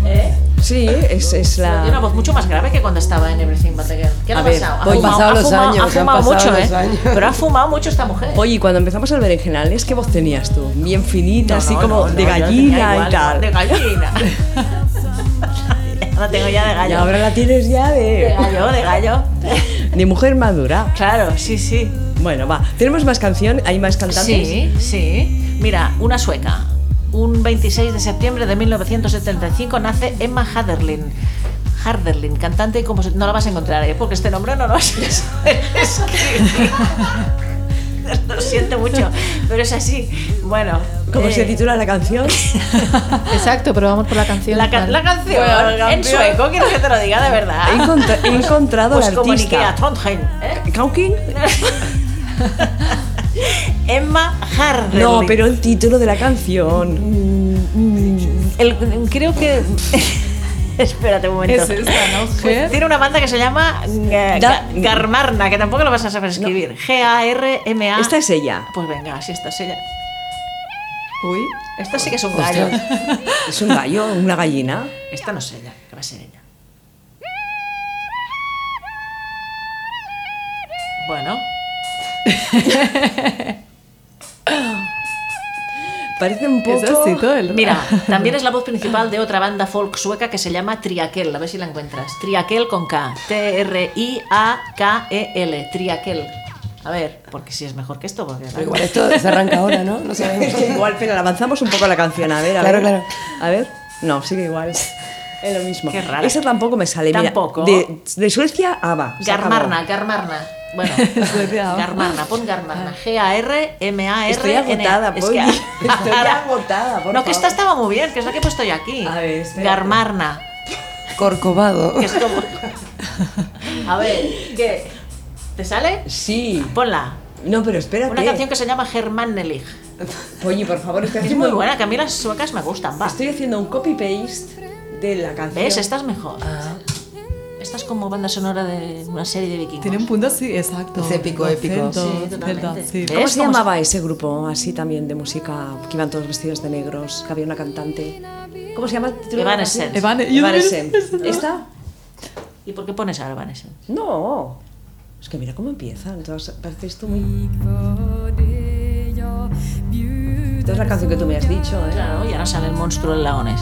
S3: ¿Eh?
S1: Sí, es, es
S3: Pero Tiene una
S1: la...
S3: voz mucho más grave que cuando estaba en Everything But the Girl. ¿Qué le
S1: A
S3: ha
S1: ver,
S3: pasado?
S1: voy-
S3: ha fumado,
S6: pasado
S3: ha
S6: los
S3: fumado-
S6: años,
S3: ha
S6: han
S3: fumado
S6: pasado
S3: mucho,
S6: los
S3: ¿eh?
S6: años.
S3: Pero ha fumado mucho esta mujer.
S1: Oye, cuando empezamos al berenjenales, ¿qué voz tenías tú? Bien finita,
S3: No,
S1: así
S3: no,
S1: como
S3: no,
S1: de
S3: no, yo
S1: gallina
S3: tenía igual,
S1: y tal. [LAUGHS]
S3: De gallina. Ahora tengo [LAUGHS] ya de
S1: Y
S3: gallo.
S1: ahora la tienes ya
S3: De
S1: de...
S3: gallo,
S1: [LAUGHS]
S3: de gallo.
S1: de mujer madura.
S3: Claro, sí, sí.
S1: Bueno, va. ¿Tenemos más canción? ¿Hay más cantantes?
S3: Sí, sí. Mira, una sueca. Un 26 de septiembre de 1975 nace Emma Haderlin. Harderlin, cantante y compositora. No la vas a encontrar, ¿eh? porque este nombre no lo vas a saber escribir. [LAUGHS] Lo siento mucho, pero es así. Bueno.
S1: ¿Cómo
S3: eh,
S1: se titula la canción?
S3: [LAUGHS]
S10: Exacto, pero vamos por la canción.
S3: La, ca-
S10: vale.
S3: la canción en sueco, quiero que te lo diga de
S1: He,
S3: verdad.
S1: encontr- he encontrado
S3: Pues
S1: al
S3: como ni que a
S1: artista.
S3: Trondheim, ¿eh? [LAUGHS]
S1: ¿Kauking?
S3: Emma Harderlin.
S1: No, pero el título de la canción.
S3: El- creo que. [LAUGHS] Espérate un momento.
S10: Es esta, ¿no?
S3: Pues tiene una banda que se llama eh,
S1: Da-
S3: Ga- Garmarna, que tampoco lo vas a saber escribir. G-A-R-M-A.
S1: Esta es ella.
S3: Pues venga, si esta es ella.
S10: Uy,
S3: Esta sí que es un gallo.
S1: ¿Es un gallo? ¿Una gallina?
S3: Esta no es ella, que va a ser ella. Bueno,
S1: Parece un poco...
S10: es así
S1: [LAUGHS]
S10: todo el
S3: mira, también es la voz principal de otra banda folk sueca que se llama Triakel, a ver si la encuentras. Triakel con K, T-R-I-A-K-E-L, Triakel. E A ver, porque si es mejor que esto, porque
S6: Pero igual esto se arranca ahora, ¿no? No
S1: [LAUGHS]
S6: sabemos.
S1: Igual, pero la avanzamos un poco la canción, a ver, a
S6: Claro,
S1: ver.
S6: claro.
S1: A ver, no, sigue igual. Es lo mismo.
S3: Qué raro.
S1: Esa tampoco me sale. mira,
S3: Tampoco.
S1: de, de Suecia, Ava. se acabó.
S3: Garmarna, Garmarna.
S1: [LAUGHS]
S3: Bueno, Garmarna, pon Garmarna. G-A-R-M-A-R.
S1: Ah. Estoy agotada,
S3: Es
S1: Polly.
S3: [LAUGHS] que-
S1: Estoy agotada, por
S3: No, que
S1: favor.
S3: esta estaba muy bien, que es la que he puesto yo aquí.
S1: A ver, espérate.
S3: Garmarna.
S6: Corcovado.
S3: Que
S1: [LAUGHS]
S3: es como. A ver, ¿qué? ¿Te sale?
S1: Sí.
S3: Ponla.
S1: No, pero espérate.
S3: Una canción que se llama Germannelig.
S1: Oye, por favor, estoy
S3: Es
S1: haciendo-
S3: muy buena, que a mí las suecas me gustan, va.
S1: Estoy haciendo un copy-paste de la canción.
S3: ¿Ves? Esta es mejor. Esta es como banda sonora de una serie de vikingos.
S2: Tiene un punto así, exacto.
S6: Es épico,
S2: de
S6: épico.
S2: acento,
S3: Sí,
S2: delta,
S3: totalmente.
S2: sí.
S1: ¿Cómo
S3: ¿Ves?
S1: se
S3: ¿Cómo se-
S1: llamaba ese grupo así también de música que iban todos vestidos de negros, que había una cantante? ¿Cómo se llama? el título de la canción?
S2: Evane-
S3: Evanescence.
S2: yo-
S1: Evanescence. ¿Esta?
S3: ¿Y por qué pones ahora Evanescence?
S1: No. Es que mira cómo empieza. Entonces, parece esto muy. Esta es la canción que tú me has dicho, ¿eh?
S3: Claro, y ahora sale el monstruo del laones.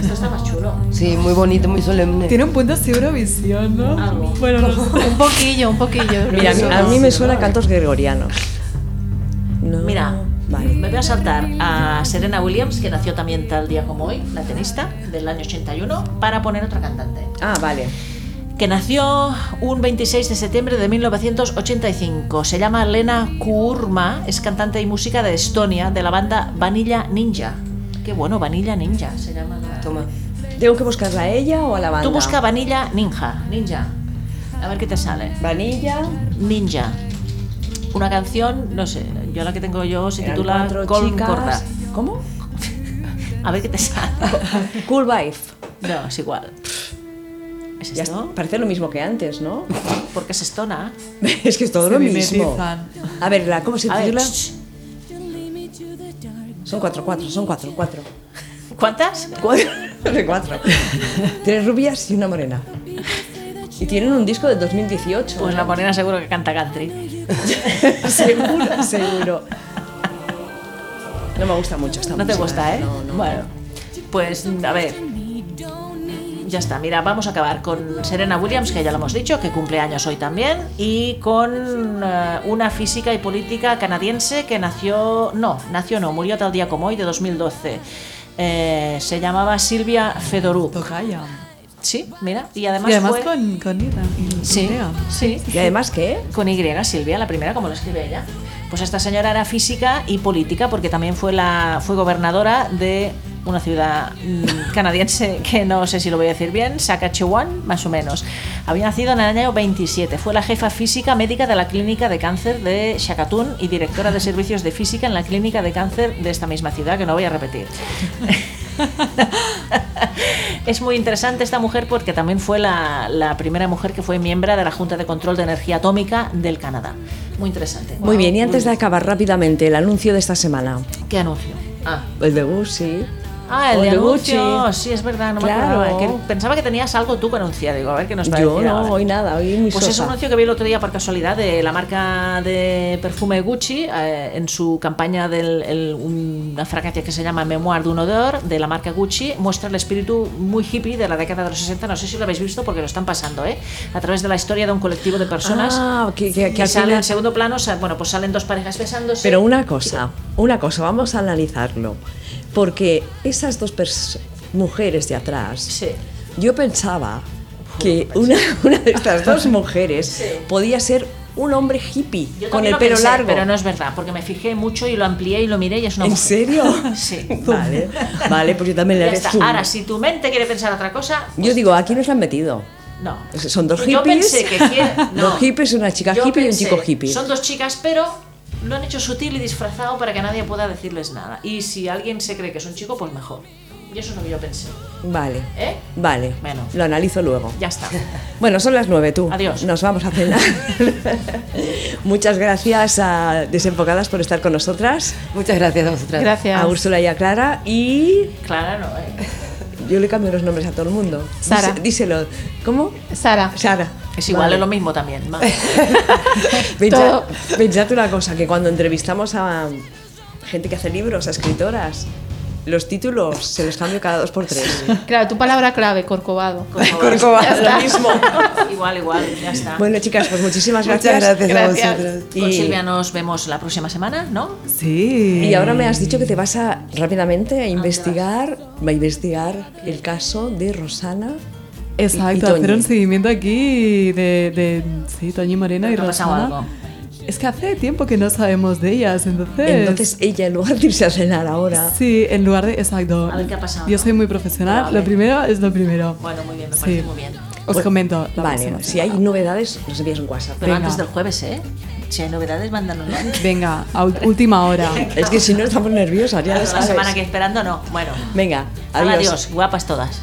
S3: Esto está más chulo.
S6: Sí, muy bonito, muy solemne.
S2: Tiene un punto así Eurovisión, ¿no?
S3: Algo.
S2: Bueno, no sé.
S10: Un poquillo, un poquillo.
S1: Mira, a mí, a mí me suena a cantos gregorianos. No.
S3: Mira,
S1: Vale.
S3: me voy a saltar a Serena Williams, que nació también tal día como hoy, la tenista del año 81, para poner otra cantante.
S1: Ah, vale.
S3: Que nació un 26 de septiembre de 1985. Se llama Lena Kurma, es cantante y música de Estonia, de la banda Vanilla Ninja. Qué bueno, Vanilla Ninja se llama. la-
S6: Toma.
S1: ¿Tengo que buscarla a ella o a la banda?
S3: Tú busca Vanilla Ninja. Ninja. A ver qué te sale.
S1: Vanilla.
S3: Ninja. Una canción, no sé, yo la que tengo yo se
S1: eran
S3: titula
S1: cuatro
S3: Colm
S1: chicas.
S3: Corda.
S1: ¿Cómo?
S3: A ver qué te sale. [LAUGHS]
S1: Cool Vibe.
S3: No, es igual. ¿Es
S1: Ya
S3: esto?
S1: parece lo mismo que antes,
S3: [LAUGHS]
S1: ¿no? [LAUGHS]
S3: Porque es estona.
S1: es que es todo
S3: Se
S1: lo mismo.
S3: mimetizan.
S1: A ver, la, ¿cómo se
S3: A ver,
S1: titula?
S3: shh.
S1: Son cuatro, cuatro, son cuatro, cuatro.
S3: ¿Cuántas?
S1: Cuatro. [LAUGHS] de cuatro. Tres rubias y una morena. Y tienen un disco de 2018.
S3: Pues la morena seguro que canta country.
S1: [LAUGHS] seguro, seguro. No me gusta mucho esta
S3: No te
S1: música.
S3: gusta, ¿eh?
S1: No, no.
S3: bueno, pues a ver. Ya está, mira, vamos a acabar con Serena Williams, que ya lo hemos dicho, que cumple años hoy también, y con eh, una física y política canadiense que nació, no, nació no, murió tal día como hoy, de 2012. Eh, se llamaba Silvia Fedoruk. Sí, mira, y además,
S10: Y además
S3: fue-
S10: con, con Ida. y
S3: Sí,
S10: Lea.
S3: sí.
S1: ¿Y además qué?
S3: Con Y, Silvia, la primera, como lo escribe ella. Pues esta señora era física y política porque también fue, la, fue gobernadora de una ciudad mm, [LAUGHS] canadiense que no sé si lo voy a decir bien, Saskatchewan, más o menos. Había nacido en el año 27. Fue la jefa física médica de la clínica de cáncer de Shakatun y directora de servicios de física en la clínica de cáncer de esta misma ciudad, que no voy a repetir. Es muy interesante esta mujer porque también fue la, la primera mujer que fue miembro de la Junta de Control de Energía Atómica del Canadá. Muy interesante.
S1: Muy bien, y antes de acabar rápidamente el anuncio de esta semana.
S3: ¿Qué anuncio? Ah,
S1: El de Gucci.
S3: ah el
S1: O
S3: de
S1: de
S3: anuncio.
S1: Gucci.
S3: Sí, es verdad, no
S1: Claro.
S3: me acordaba. Que pensaba que tenías algo tú que anunciar. Digo, a ver qué nos va a
S1: Yo
S3: decir
S1: no,
S3: ahora.
S1: hoy nada, hoy muy
S3: Pues es un
S1: sosa.
S3: anuncio que vi el otro día por casualidad de la marca de perfume Gucci eh, en su campaña de una fragancia que se llama Memoir d'un Odor de la marca Gucci muestra el espíritu muy hippie de la década de los 60. No sé si lo habéis visto porque lo están pasando, ¿eh? A través de la historia de un colectivo de personas
S1: Ah, que- que- que al
S3: salen
S1: final-
S3: en segundo plano, sa- bueno, pues salen dos parejas besándose.
S1: Pero una cosa, una cosa, vamos a analizarlo. Porque esas dos pers- mujeres de atrás,
S3: Sí.
S1: yo pensaba que una, una de
S3: [LAUGHS]
S1: estas dos mujeres podía ser un hombre hippie
S3: Yo
S1: con
S3: también
S1: el
S3: lo
S1: pelo
S3: pensé,
S1: largo.
S3: Pero
S1: [LAUGHS]
S3: no es verdad, porque me fijé mucho y lo amplié y lo miré y es una
S1: ¿En
S3: mujer.
S1: serio?
S3: [LAUGHS] Sí.
S1: [LAUGHS] Vale, vale, pues yo también le
S3: Ya
S1: haré
S3: está.
S1: zoom.
S3: Ahora, si tu mente quiere pensar otra cosa,
S1: Yo digo, aquí nos la han metido.
S3: no.
S1: Pues Son dos hippies.
S3: Yo pensé que quiere-
S1: [LAUGHS]
S3: no.
S1: Dos hippies, una chica
S3: Yo
S1: hippie y un
S3: pensé,
S1: chico hippie.
S3: Son dos chicas, pero lo han hecho sutil y disfrazado para que nadie pueda decirles nada. Y si alguien se cree que es un chico, pues mejor. Y eso es lo que yo pensé.
S1: Vale.
S3: ¿Eh?
S1: Vale.
S3: Bueno.
S1: Lo analizo luego. [LAUGHS]
S3: Ya está.
S1: Bueno, son las nueve, tú.
S3: Adiós.
S1: Nos vamos a cenar. [LAUGHS] Muchas gracias a Desenfocadas por estar con nosotras,
S6: Muchas gracias a vosotras.
S10: Gracias.
S1: a Úrsula y a Clara. Y
S3: Clara no, ¿eh?
S1: yo le cambio los nombres a todo el mundo.
S10: Sara.
S1: Díse- díselo. ¿Cómo?
S3: [LAUGHS]
S10: Sara. [LAUGHS]
S1: Sara.
S3: Es igual, es lo mismo también.
S1: [LAUGHS]
S3: va.
S1: Pensa-
S10: Todo.
S1: Pensad una cosa, que cuando entrevistamos a gente que hace libros, a escritoras, los títulos se los cambio cada dos por tres.
S10: Claro, tu palabra clave, corcovado.
S3: Por favor.
S1: Corcovado, lo mismo.
S3: [LAUGHS] Igual, igual, ya está.
S1: Bueno, chicas, pues muchísimas
S6: Muchas gracias,
S10: Gracias.
S6: a vosotras.
S3: Con
S1: y-
S3: Silvia nos vemos la próxima semana, ¿no?
S1: Y,
S2: Sí.
S1: ahora
S3: Eh,
S1: me has dicho que te vas a rápidamente a investigar, a investigar el caso de Rosana. y- y
S2: Exacto,
S1: Toñi.
S2: hacer un seguimiento aquí de, de sí, Toñi Morena y
S3: Pero no ha pasado
S2: Rosana.
S3: algo.
S2: Es que hace tiempo que no sabemos de ellas, entonces.
S1: Entonces ella, en lugar de irse a cenar ahora,
S2: Sí, en lugar de. Exacto.
S3: A ver qué ha pasado,
S2: Yo
S3: ¿no?
S2: soy muy profesional.
S3: Vale.
S2: Lo primero es lo primero.
S3: Bueno, muy bien, me parece muy bien.
S2: Os
S1: Bueno,
S2: comento. la próxima
S1: pues, vale, si hay
S2: semana.
S1: novedades, nos envías un WhatsApp.
S3: Pero
S2: Venga.
S3: antes del jueves, ¿eh? Si hay novedades, mándanoslo.
S2: Venga, a ul- última hora.
S1: Es que si no estamos nerviosas, ya lo
S3: La
S1: sabes.
S3: semana que esperando, no. Bueno,
S1: Venga,
S3: adiós. adiós, guapas todas.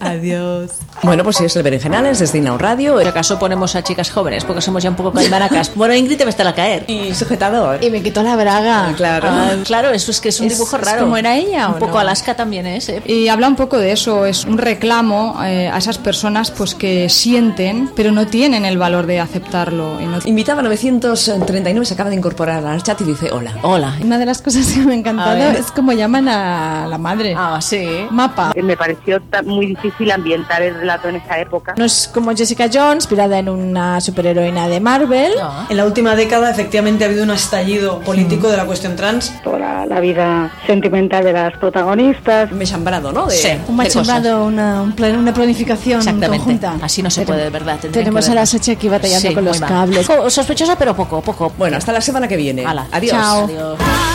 S2: Adiós.
S1: Bueno, pues sí, es el Berenjenales, desde Inau Radio.
S3: Por Pues, acaso ponemos a chicas jóvenes, porque somos ya un poco calmaracas. Bueno, Ingrid te va a estar a caer.
S1: Y sujetador.
S5: Y me quitó la braga.
S1: Claro.
S3: Ah, claro, eso es que es un
S5: Es-
S3: dibujo
S5: es
S3: raro.
S5: como era ella,
S3: Un
S5: ¿o
S3: poco
S5: no?
S3: Alaska también es, ¿eh?
S11: Y habla un poco de eso, es un reclamo eh, a esas personas pues que sienten, pero no tienen el valor de aceptarlo. y no-
S1: Invitaba 939, se acaba de incorporar al chat y dice hola.
S3: Hola.
S11: Una de las cosas que me ha
S3: A
S11: encantado
S3: ver.
S11: es como llaman a la madre.
S3: Ah, sí.
S11: Mapa.
S12: Me pareció ta- muy difícil ambientar el relato en esa época.
S5: No es como Jessica Jones, inspirada en una superheroína de Marvel.
S3: No.
S13: En la última década, efectivamente, ha habido un estallido político de la cuestión trans.
S12: Mm. Toda la vida sentimental de las protagonistas.
S1: Me he chambrado, ¿no? De-
S3: Sí.
S5: Un
S3: de cosas.
S5: machembrado, una, un plan- una planificación
S3: Exactamente.
S5: conjunta.
S3: Así no se
S5: Tenem-
S3: puede, de verdad. tendrían
S5: Tenemos
S3: que
S5: a la
S3: vernos.
S5: Sacha aquí batallando
S3: Sí,
S5: con los
S3: muy mal.
S5: cables.
S3: Co- Sospechosa, pero poco, poco.
S1: Bueno, hasta la semana que viene.
S3: Hala.
S1: Adiós.
S5: Chao.
S3: Adiós.